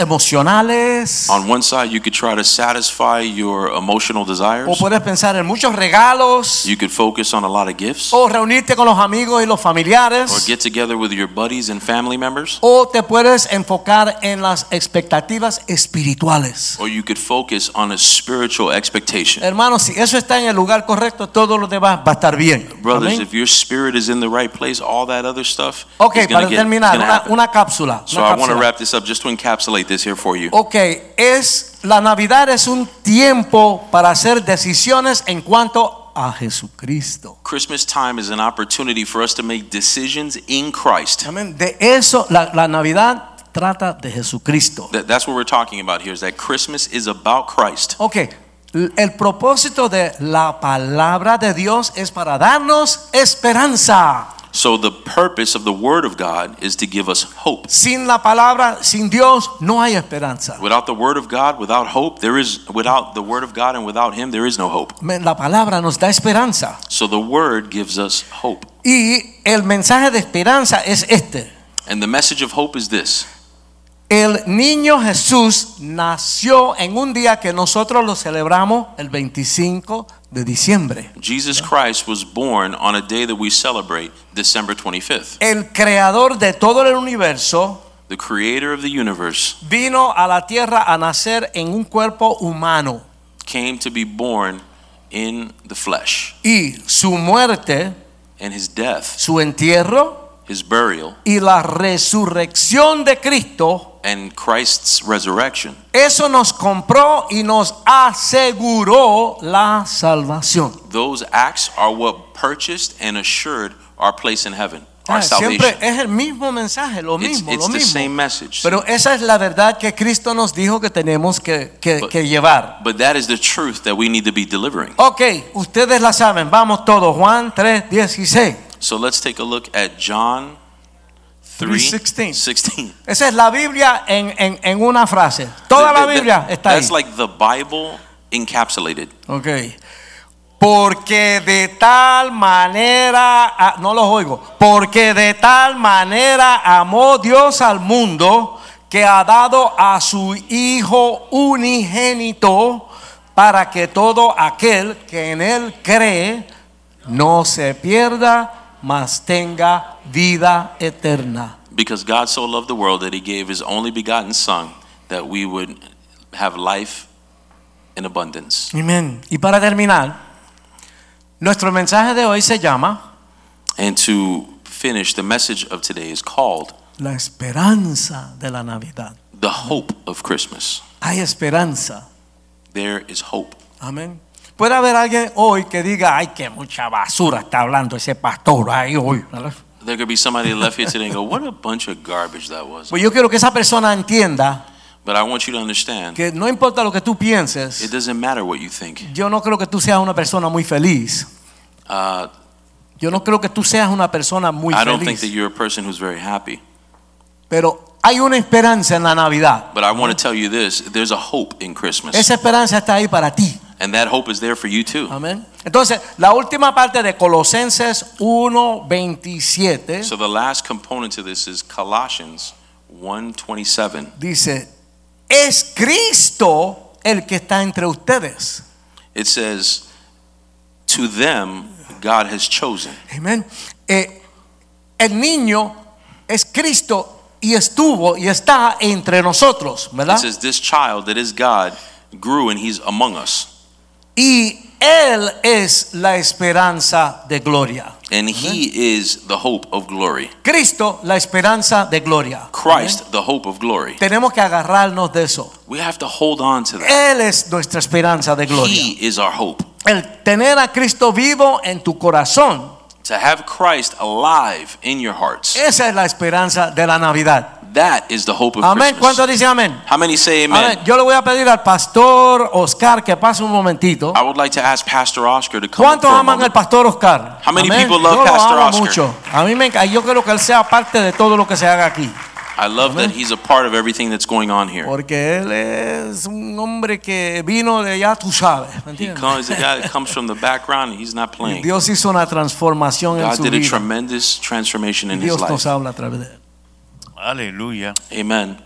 Speaker 1: emocionales.
Speaker 2: On one side, you could try to satisfy your emotional
Speaker 1: O
Speaker 2: desires.
Speaker 1: puedes pensar en muchos regalos.
Speaker 2: You could focus on a lot of gifts
Speaker 1: O reunirte con los amigos y los
Speaker 2: or
Speaker 1: familiares.
Speaker 2: get together with your buddies and family members.
Speaker 1: O te puedes enfocar en las expectativas espirituales.
Speaker 2: Or you could focus on a spiritual expectation.
Speaker 1: Hermanos, si eso está en el lugar correcto, todo lo demás va a estar bien.
Speaker 2: Brothers,
Speaker 1: Amén.
Speaker 2: if your spirit is in the right place, all that other stuff
Speaker 1: Ok,
Speaker 2: is going
Speaker 1: para
Speaker 2: to get
Speaker 1: terminar,
Speaker 2: gonna
Speaker 1: una,
Speaker 2: happen.
Speaker 1: una cápsula.
Speaker 2: So
Speaker 1: una
Speaker 2: I want to
Speaker 1: cápsula.
Speaker 2: wrap this up just to encapsulate this here for you.
Speaker 1: Ok, es, la Navidad es un tiempo para hacer decisiones en cuanto a Jesucristo.
Speaker 2: Christmas time is an opportunity for us to make decisions in Christ.
Speaker 1: Amén. De eso, la, la Navidad trata de Jesucristo.
Speaker 2: That, that's what we're talking about here is that Christmas is about Christ.
Speaker 1: Ok, l- el propósito de la palabra de Dios es para darnos esperanza.
Speaker 2: So the purpose of the word of God is to give us hope.
Speaker 1: Sin la palabra, sin Dios, no hay esperanza.
Speaker 2: Without the word of God, without hope, there is without the word of God and without him there is no hope.
Speaker 1: Amén. La palabra nos da esperanza.
Speaker 2: So the word gives us hope.
Speaker 1: Y el mensaje de esperanza es este.
Speaker 2: And the message of hope is this.
Speaker 1: El niño Jesús nació en un día que nosotros lo celebramos el 25 de diciembre.
Speaker 2: Jesus Christ was born on a day that we celebrate, December 25th.
Speaker 1: El creador de todo el universo
Speaker 2: The creator of the universe
Speaker 1: vino a la tierra a nacer en un cuerpo humano
Speaker 2: came to be born in the flesh.
Speaker 1: y su muerte,
Speaker 2: And his death,
Speaker 1: su entierro
Speaker 2: his burial,
Speaker 1: y la resurrección de Cristo,
Speaker 2: and Christ's resurrection,
Speaker 1: eso nos compró y nos aseguró la salvación.
Speaker 2: those acts are what purchased and assured our place in heaven, our
Speaker 1: Ah, siempre
Speaker 2: salvation.
Speaker 1: es el mismo mensaje, lo
Speaker 2: It's,
Speaker 1: mismo,
Speaker 2: it's
Speaker 1: lo
Speaker 2: the
Speaker 1: mismo.
Speaker 2: same message.
Speaker 1: Pero esa es la verdad que Cristo nos dijo que tenemos que, que-
Speaker 2: But-
Speaker 1: que llevar.
Speaker 2: But that is the truth that we need to be delivering.
Speaker 1: Ok, ustedes la saben. Vamos todos. Juan 3, 16.
Speaker 2: So let's take a look at John 3
Speaker 1: 3:16.
Speaker 2: 16.
Speaker 1: Esa es la Biblia en, en- en una frase. Toda
Speaker 2: Th-
Speaker 1: la
Speaker 2: th-
Speaker 1: Biblia está ahí.
Speaker 2: That's like the Bible encapsulated.
Speaker 1: Ok. Porque de tal manera, ah, no los oigo, porque de tal manera amó Dios al mundo que ha dado a su Hijo unigénito para que todo aquel que en Él cree no se pierda, mas tenga vida eterna.
Speaker 2: Because God so loved the world that he gave his only begotten Son that we would have life in abundance.
Speaker 1: Amén. Y para terminar, nuestro mensaje de hoy se llama
Speaker 2: And to finish, the message of today is called
Speaker 1: La esperanza de la Navidad.
Speaker 2: The Hope of Christmas.
Speaker 1: Hay esperanza.
Speaker 2: There is hope.
Speaker 1: Amén. Puede haber alguien hoy que diga, ay, que mucha basura está hablando ese pastor ahí hoy.
Speaker 2: There could be somebody that left here today and go, What a bunch of garbage that was.
Speaker 1: Pues yo quiero que esa persona entienda
Speaker 2: But I want you to understand
Speaker 1: que no importa lo que tú
Speaker 2: it
Speaker 1: pienses,
Speaker 2: doesn't matter what you think.
Speaker 1: yo no creo que tú seas una persona muy feliz.
Speaker 2: Uh,
Speaker 1: Yo no creo que tú seas una persona muy
Speaker 2: I don't think that
Speaker 1: feliz.
Speaker 2: you're a person who's very happy.
Speaker 1: Pero hay una esperanza en la Navidad.
Speaker 2: But I want to tell you this there's a hope in Christmas.
Speaker 1: Esa esperanza está ahí para ti.
Speaker 2: And that hope is there for you too.
Speaker 1: Amén. Entonces, la última parte de Colosenses 1:27.
Speaker 2: So the last component to this is Colossians 1:27.
Speaker 1: dice, es Cristo el que está entre ustedes.
Speaker 2: It says to them God has chosen.
Speaker 1: Amén. Eh, el niño es Cristo y estuvo y está entre nosotros,
Speaker 2: It
Speaker 1: ¿verdad?
Speaker 2: says this child that is God grew and he's among us.
Speaker 1: Y Él es la esperanza de gloria.
Speaker 2: And he is the hope of glory.
Speaker 1: Cristo, la esperanza de gloria.
Speaker 2: Christ, the hope of glory.
Speaker 1: Tenemos que agarrarnos de eso.
Speaker 2: We have to hold on to that.
Speaker 1: Él es nuestra esperanza de gloria.
Speaker 2: He is our hope.
Speaker 1: El tener a Cristo vivo en tu corazón,
Speaker 2: To have Christ alive in your hearts.
Speaker 1: esa es la esperanza de la Navidad.
Speaker 2: That is the hope of
Speaker 1: Amén. ¿Cuántos
Speaker 2: Christmas.
Speaker 1: dicen amén?
Speaker 2: How many say
Speaker 1: A
Speaker 2: amen?
Speaker 1: ver, yo le voy a pedir al pastor Oscar que pase un momentito.
Speaker 2: I would like to ask Pastor Oscar to come up for
Speaker 1: ¿Cuántos
Speaker 2: a
Speaker 1: aman
Speaker 2: moment.
Speaker 1: al pastor Oscar?
Speaker 2: How many
Speaker 1: Amén.
Speaker 2: people love
Speaker 1: yo lo
Speaker 2: Pastor
Speaker 1: amo
Speaker 2: Oscar?
Speaker 1: mucho. A mí me enc- yo quiero que él sea parte de todo lo que se haga aquí,
Speaker 2: I love that he's a part of everything that's going on here.
Speaker 1: porque él es un hombre que vino de allá, tú sabes, ¿me
Speaker 2: He
Speaker 1: entiendes?
Speaker 2: comes, the guy that comes from the background, and he's not playing.
Speaker 1: Dios hizo una transformación en
Speaker 2: God
Speaker 1: su
Speaker 2: did a
Speaker 1: vida.
Speaker 2: tremendous transformation in his
Speaker 1: Dios nos
Speaker 2: life.
Speaker 1: habla a través de él.
Speaker 3: Aleluya.
Speaker 2: Amen.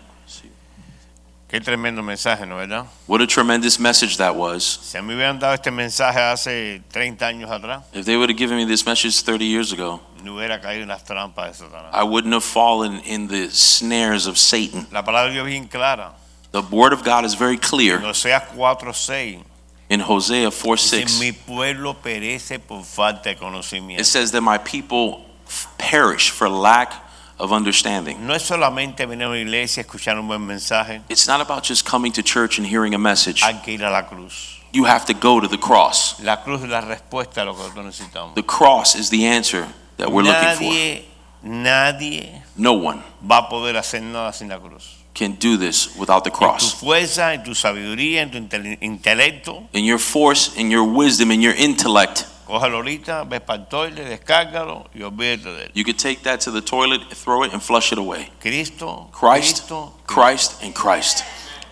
Speaker 3: Qué tremendo mensaje, ¿no verdad?
Speaker 2: What a tremendous message that was.
Speaker 3: Si a mí me hubieran dado este mensaje hace 30 años atrás,
Speaker 2: If they would have given me this message 30 years ago,
Speaker 3: no hubiera caído en las trampas de Satanás.
Speaker 2: I wouldn't have fallen in the snares of Satan.
Speaker 3: La palabra de Dios es bien clara.
Speaker 2: The word of God is very clear
Speaker 3: No seas 4, 6.
Speaker 2: in Hosea 4
Speaker 3: Dice,
Speaker 2: 6.
Speaker 3: mi pueblo perece por falta de
Speaker 2: It
Speaker 3: conocimiento.
Speaker 2: says that my people f- perish for lack of understanding.
Speaker 3: No es solamente venir a una iglesia, escuchar un buen mensaje.
Speaker 2: It's not about just coming to church and hearing a message.
Speaker 3: Hay que ir a la cruz.
Speaker 2: You have to go to the cross.
Speaker 3: La cruz es la respuesta a lo que nosotros necesitamos.
Speaker 2: The cross is the answer that we're looking
Speaker 3: Nadie, nadie
Speaker 2: for. No one
Speaker 3: va a poder hacer nada sin la cruz.
Speaker 2: can do this without the
Speaker 3: En tu
Speaker 2: cross.
Speaker 3: fuerza, en tu sabiduría, en tu intele- intelecto,
Speaker 2: In your force, in your wisdom, in your intellect,
Speaker 3: cógelo ahorita, ves para el toile, descárgalo y olvídate de él.
Speaker 2: you could take that to the toilet, throw it, and flush it away.
Speaker 3: Cristo,
Speaker 2: Christ,
Speaker 3: Cristo,
Speaker 2: Christ, and Christ.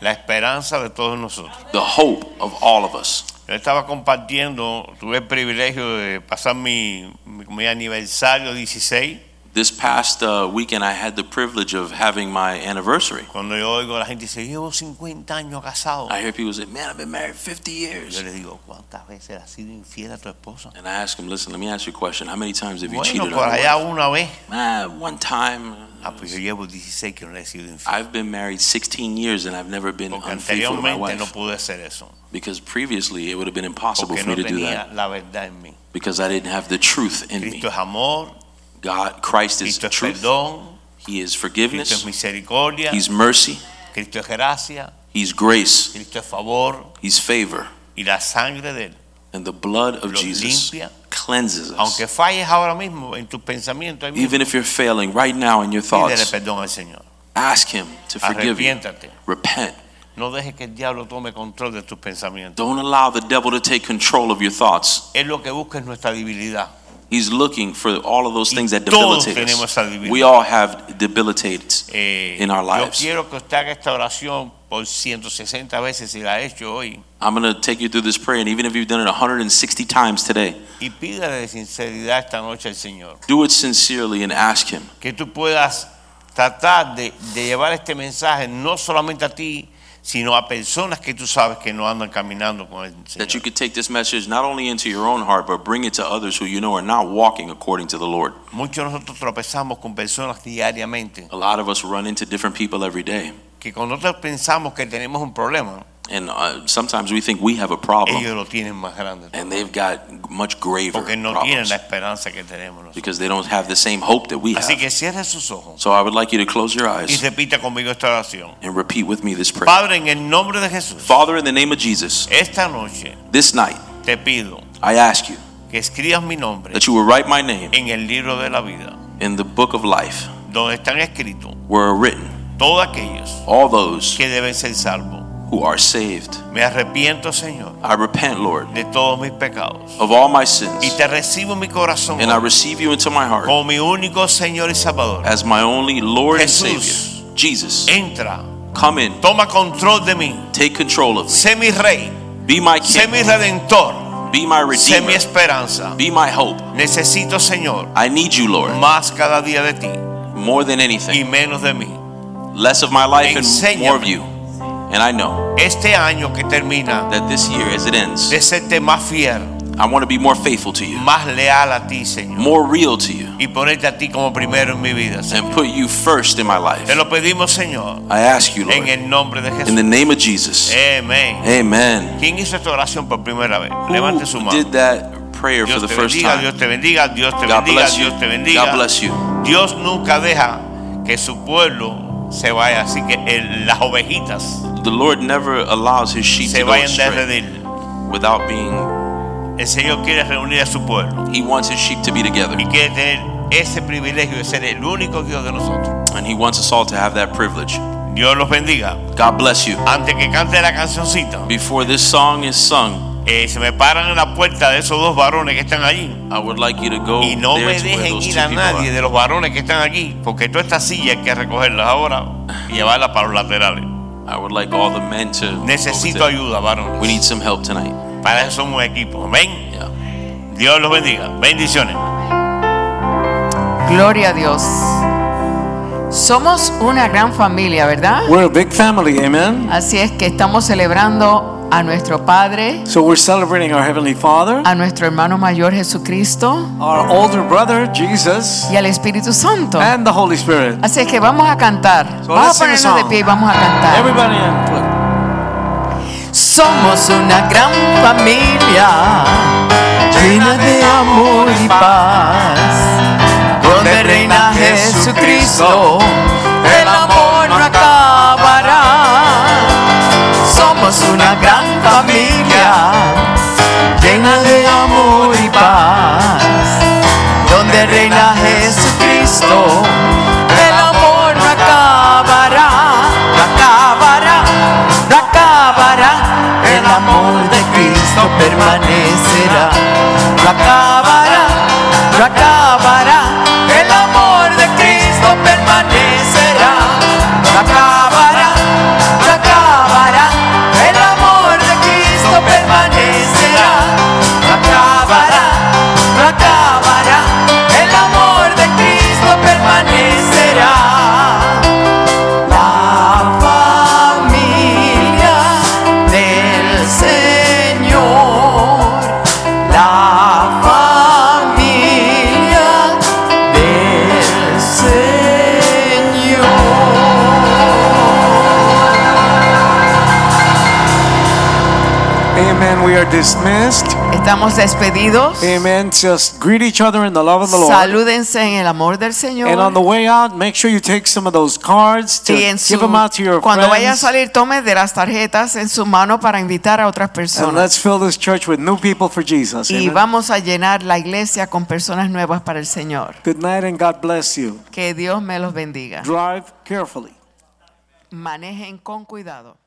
Speaker 3: la esperanza de todos nosotros.
Speaker 2: The hope of all of us.
Speaker 3: Yo estaba compartiendo, tuve el privilegio de pasar mi, mi, mi aniversario 16,
Speaker 2: This past uh, weekend, I had the privilege of having my anniversary.
Speaker 3: cuando yo oigo a la gente dice, llevo 50 años casado.
Speaker 2: I hear people say, "Man, I've been married 50
Speaker 3: Yo
Speaker 2: years."
Speaker 3: le digo, ¿cuántas veces has sido infiel a tu esposa?
Speaker 2: And I ask them, "Listen, let me ask you a question. How many times have you
Speaker 3: Bueno,
Speaker 2: cheated
Speaker 3: por
Speaker 2: on
Speaker 3: allá
Speaker 2: your wife?"
Speaker 3: una vez.
Speaker 2: "Ah, one time.
Speaker 3: Ah, pues yo llevo 16 que no le he sido infiel.
Speaker 2: I've been married 16 years and I've never been
Speaker 3: Porque
Speaker 2: unfaithful to my
Speaker 3: anteriormente
Speaker 2: wife
Speaker 3: no pude hacer eso.
Speaker 2: because previously it would have been impossible
Speaker 3: Porque
Speaker 2: for me
Speaker 3: no
Speaker 2: to do that
Speaker 3: tenía la verdad en mí.
Speaker 2: because I didn't have the truth in me.
Speaker 3: Cristo es amor,
Speaker 2: God, Christ is
Speaker 3: Cristo es
Speaker 2: truth.
Speaker 3: perdón,
Speaker 2: He is
Speaker 3: Cristo es
Speaker 2: forgiveness.
Speaker 3: misericordia,
Speaker 2: He's mercy.
Speaker 3: Cristo es gracia,
Speaker 2: He's grace.
Speaker 3: Cristo es favor
Speaker 2: He's favor.
Speaker 3: y la sangre de Él.
Speaker 2: And the blood of
Speaker 3: Lo
Speaker 2: Jesus
Speaker 3: limpia.
Speaker 2: cleanses us.
Speaker 3: Aunque falles ahora mismo en tus pensamientos, ahí mismo,
Speaker 2: Even if you're failing right now in your
Speaker 3: pídele
Speaker 2: thoughts,
Speaker 3: perdón al Señor.
Speaker 2: ask Him to forgive you.
Speaker 3: Arrepiéntate.
Speaker 2: Repent.
Speaker 3: No dejes que el diablo tome control de tus pensamientos.
Speaker 2: Don't allow the devil to take control of your thoughts.
Speaker 3: Él lo que busca es nuestra debilidad.
Speaker 2: He's looking for all of those things that
Speaker 3: todos
Speaker 2: debilitate
Speaker 3: tenemos
Speaker 2: us.
Speaker 3: esa debilidad.
Speaker 2: We all have debilitates
Speaker 3: Eh,
Speaker 2: in our
Speaker 3: yo
Speaker 2: lives.
Speaker 3: quiero que usted haga esta oración por 160 veces si la ha hecho hoy
Speaker 2: I'm going to take you through this prayer, and even if you've done it 160 times today,
Speaker 3: y pídale de sinceridad esta noche al Señor.
Speaker 2: do it sincerely and ask Him
Speaker 3: Que tú puedas tratar de, de llevar este mensaje no solamente a ti, sino a personas que tú sabes que no andan caminando con el
Speaker 2: that you
Speaker 3: Señor.
Speaker 2: could take this message not only into your own heart, but bring it to others who you know are not walking according to the Lord.
Speaker 3: Muchos de nosotros tropezamos con personas diariamente
Speaker 2: A lot of us run into different people every day,
Speaker 3: que cuando nosotros pensamos que tenemos un problema,
Speaker 2: and uh, sometimes we think we have a problem.
Speaker 3: ellos lo tienen más grande.
Speaker 2: and they've got much graver
Speaker 3: Porque no tienen
Speaker 2: problems
Speaker 3: la esperanza que tenemos nosotros.
Speaker 2: because they don't have the same hope that we have.
Speaker 3: Así que cierre sus ojos
Speaker 2: so I would like you to close your
Speaker 3: y
Speaker 2: eyes
Speaker 3: repita conmigo esta oración.
Speaker 2: and repeat with me this prayer.
Speaker 3: Padre, en el nombre de Jesús,
Speaker 2: Father, in the name of Jesus,
Speaker 3: esta noche
Speaker 2: this night
Speaker 3: te pido
Speaker 2: I ask you
Speaker 3: que escribas mi nombre
Speaker 2: that you will write my name
Speaker 3: en el libro de la vida,
Speaker 2: in the book of life,
Speaker 3: donde están escritos
Speaker 2: where are written
Speaker 3: todos aquellos
Speaker 2: all those
Speaker 3: que deben ser salvos.
Speaker 2: who are saved.
Speaker 3: Me arrepiento, Señor,
Speaker 2: I repent, Lord,
Speaker 3: de todos mis pecados
Speaker 2: of all my
Speaker 3: y
Speaker 2: sins,
Speaker 3: te recibo en mi corazón
Speaker 2: and I receive you into my heart
Speaker 3: como mi único Señor y Salvador.
Speaker 2: as my only Lord and
Speaker 3: Jesús.
Speaker 2: Savior. Jesus,
Speaker 3: Entra,
Speaker 2: come in,
Speaker 3: toma control de mí,
Speaker 2: take control of me.
Speaker 3: sé mi rey,
Speaker 2: Be my
Speaker 3: sé mi
Speaker 2: King,
Speaker 3: redentor,
Speaker 2: be my
Speaker 3: sé mi
Speaker 2: Redeemer,
Speaker 3: esperanza.
Speaker 2: be my hope.
Speaker 3: Necesito, Señor,
Speaker 2: I need you, Lord,
Speaker 3: más cada día de ti
Speaker 2: more than anything.
Speaker 3: y menos de mí.
Speaker 2: less of my life and
Speaker 3: Enséñame.
Speaker 2: more of you. And I know
Speaker 3: Este año que termina,
Speaker 2: that this year, as it ends,
Speaker 3: de serte más fiel,
Speaker 2: I want to be more faithful to you,
Speaker 3: más leal a ti, Señor,
Speaker 2: more real to you,
Speaker 3: y ponerte a ti como primero en mi vida. Señor.
Speaker 2: and put you first in my life.
Speaker 3: Te lo pedimos, Señor,
Speaker 2: I ask you,
Speaker 3: en
Speaker 2: Lord,
Speaker 3: el nombre de
Speaker 2: in the
Speaker 3: Jesús.
Speaker 2: name of Jesus.
Speaker 3: Amén.
Speaker 2: Amen.
Speaker 3: ¿Quién hizo esta oración por primera vez? Levante su
Speaker 2: Who
Speaker 3: mano.
Speaker 2: did that prayer for
Speaker 3: Dios
Speaker 2: the
Speaker 3: te
Speaker 2: first
Speaker 3: bendiga, Dios
Speaker 2: time?
Speaker 3: te bendiga, Dios te
Speaker 2: God
Speaker 3: bendiga,
Speaker 2: bless you.
Speaker 3: Dios te
Speaker 2: God
Speaker 3: bendiga.
Speaker 2: bless you.
Speaker 3: Dios nunca deja que su pueblo se vaya, así que el- las ovejitas
Speaker 2: The Lord never allows His sheep
Speaker 3: se
Speaker 2: to go
Speaker 3: vayan de
Speaker 2: astray
Speaker 3: redil.
Speaker 2: without being.
Speaker 3: El Señor quiere reunir a su pueblo
Speaker 2: He wants His sheep to be together,
Speaker 3: y quiere tener ese privilegio de ser el único Dios de nosotros.
Speaker 2: and He wants us all to have that privilege.
Speaker 3: Dios los bendiga.
Speaker 2: God bless you.
Speaker 3: Antes que cante la cancioncita,
Speaker 2: Before this song is sung,
Speaker 3: eh, se me paran en la puerta de esos dos varones que están allí.
Speaker 2: I would like you to go
Speaker 3: Y no
Speaker 2: there
Speaker 3: me
Speaker 2: to where
Speaker 3: dejen
Speaker 2: those two
Speaker 3: ir a
Speaker 2: people are.
Speaker 3: nadie de los varones que están aquí, porque toda esta silla hay que recogerlas ahora y llevarlas para los laterales.
Speaker 2: I would like all the men to.
Speaker 3: Necesito
Speaker 2: over there.
Speaker 3: ayuda, varones.
Speaker 2: We need some help tonight.
Speaker 3: Para eso somos un equipo. Amén.
Speaker 2: Yeah.
Speaker 3: Dios los bendiga. Bendiciones.
Speaker 4: Gloria a Dios. Somos una gran familia, ¿verdad?
Speaker 1: We're a big family, amen.
Speaker 4: Así es que estamos celebrando a nuestro Padre,
Speaker 1: So we're celebrating our Heavenly Father,
Speaker 4: a nuestro hermano mayor Jesucristo
Speaker 1: our older brother, Jesus,
Speaker 4: y al Espíritu Santo.
Speaker 1: and the Holy Spirit.
Speaker 4: Así es que vamos a cantar.
Speaker 1: So
Speaker 4: vamos
Speaker 1: let's
Speaker 4: a
Speaker 1: sing a
Speaker 4: ponernos de
Speaker 1: song.
Speaker 4: pie y vamos a cantar.
Speaker 1: Everybody in.
Speaker 4: Somos una gran familia llena de amor y paz, donde reina Jesucristo, el amor no acabará. Somos una gran familia llena de amor y paz, donde reina Jesucristo, el amor no acabará, no acabará, no acabará, el amor de Cristo permanecerá, no acabará, no acabará, el amor de Cristo permanecerá, no acabará, no acabará, el amor de Cristo permanecerá, no acabará, no acabará, el amor de Cristo permanecerá. La familia del Señor, la familia del Señor.
Speaker 1: Amen. We are dismissed.
Speaker 4: Estamos despedidos.
Speaker 1: Amen. Just greet each other in the love of the Lord.
Speaker 4: Salúdense en el amor del
Speaker 1: And on
Speaker 4: Señor.
Speaker 1: the way out, make sure you take some of those cards to
Speaker 4: Y en su-
Speaker 1: give them out to your
Speaker 4: cuando vaya a
Speaker 1: friends.
Speaker 4: salir, tome de las tarjetas en su mano para invitar a otras
Speaker 1: And
Speaker 4: personas.
Speaker 1: let's fill this church with new people for Jesus.
Speaker 4: Y
Speaker 1: Amen.
Speaker 4: vamos a llenar la iglesia con personas nuevas para el Señor.
Speaker 1: Good night and God bless you.
Speaker 4: Que Dios me los bendiga.
Speaker 1: Drive carefully.
Speaker 4: Manejen con cuidado.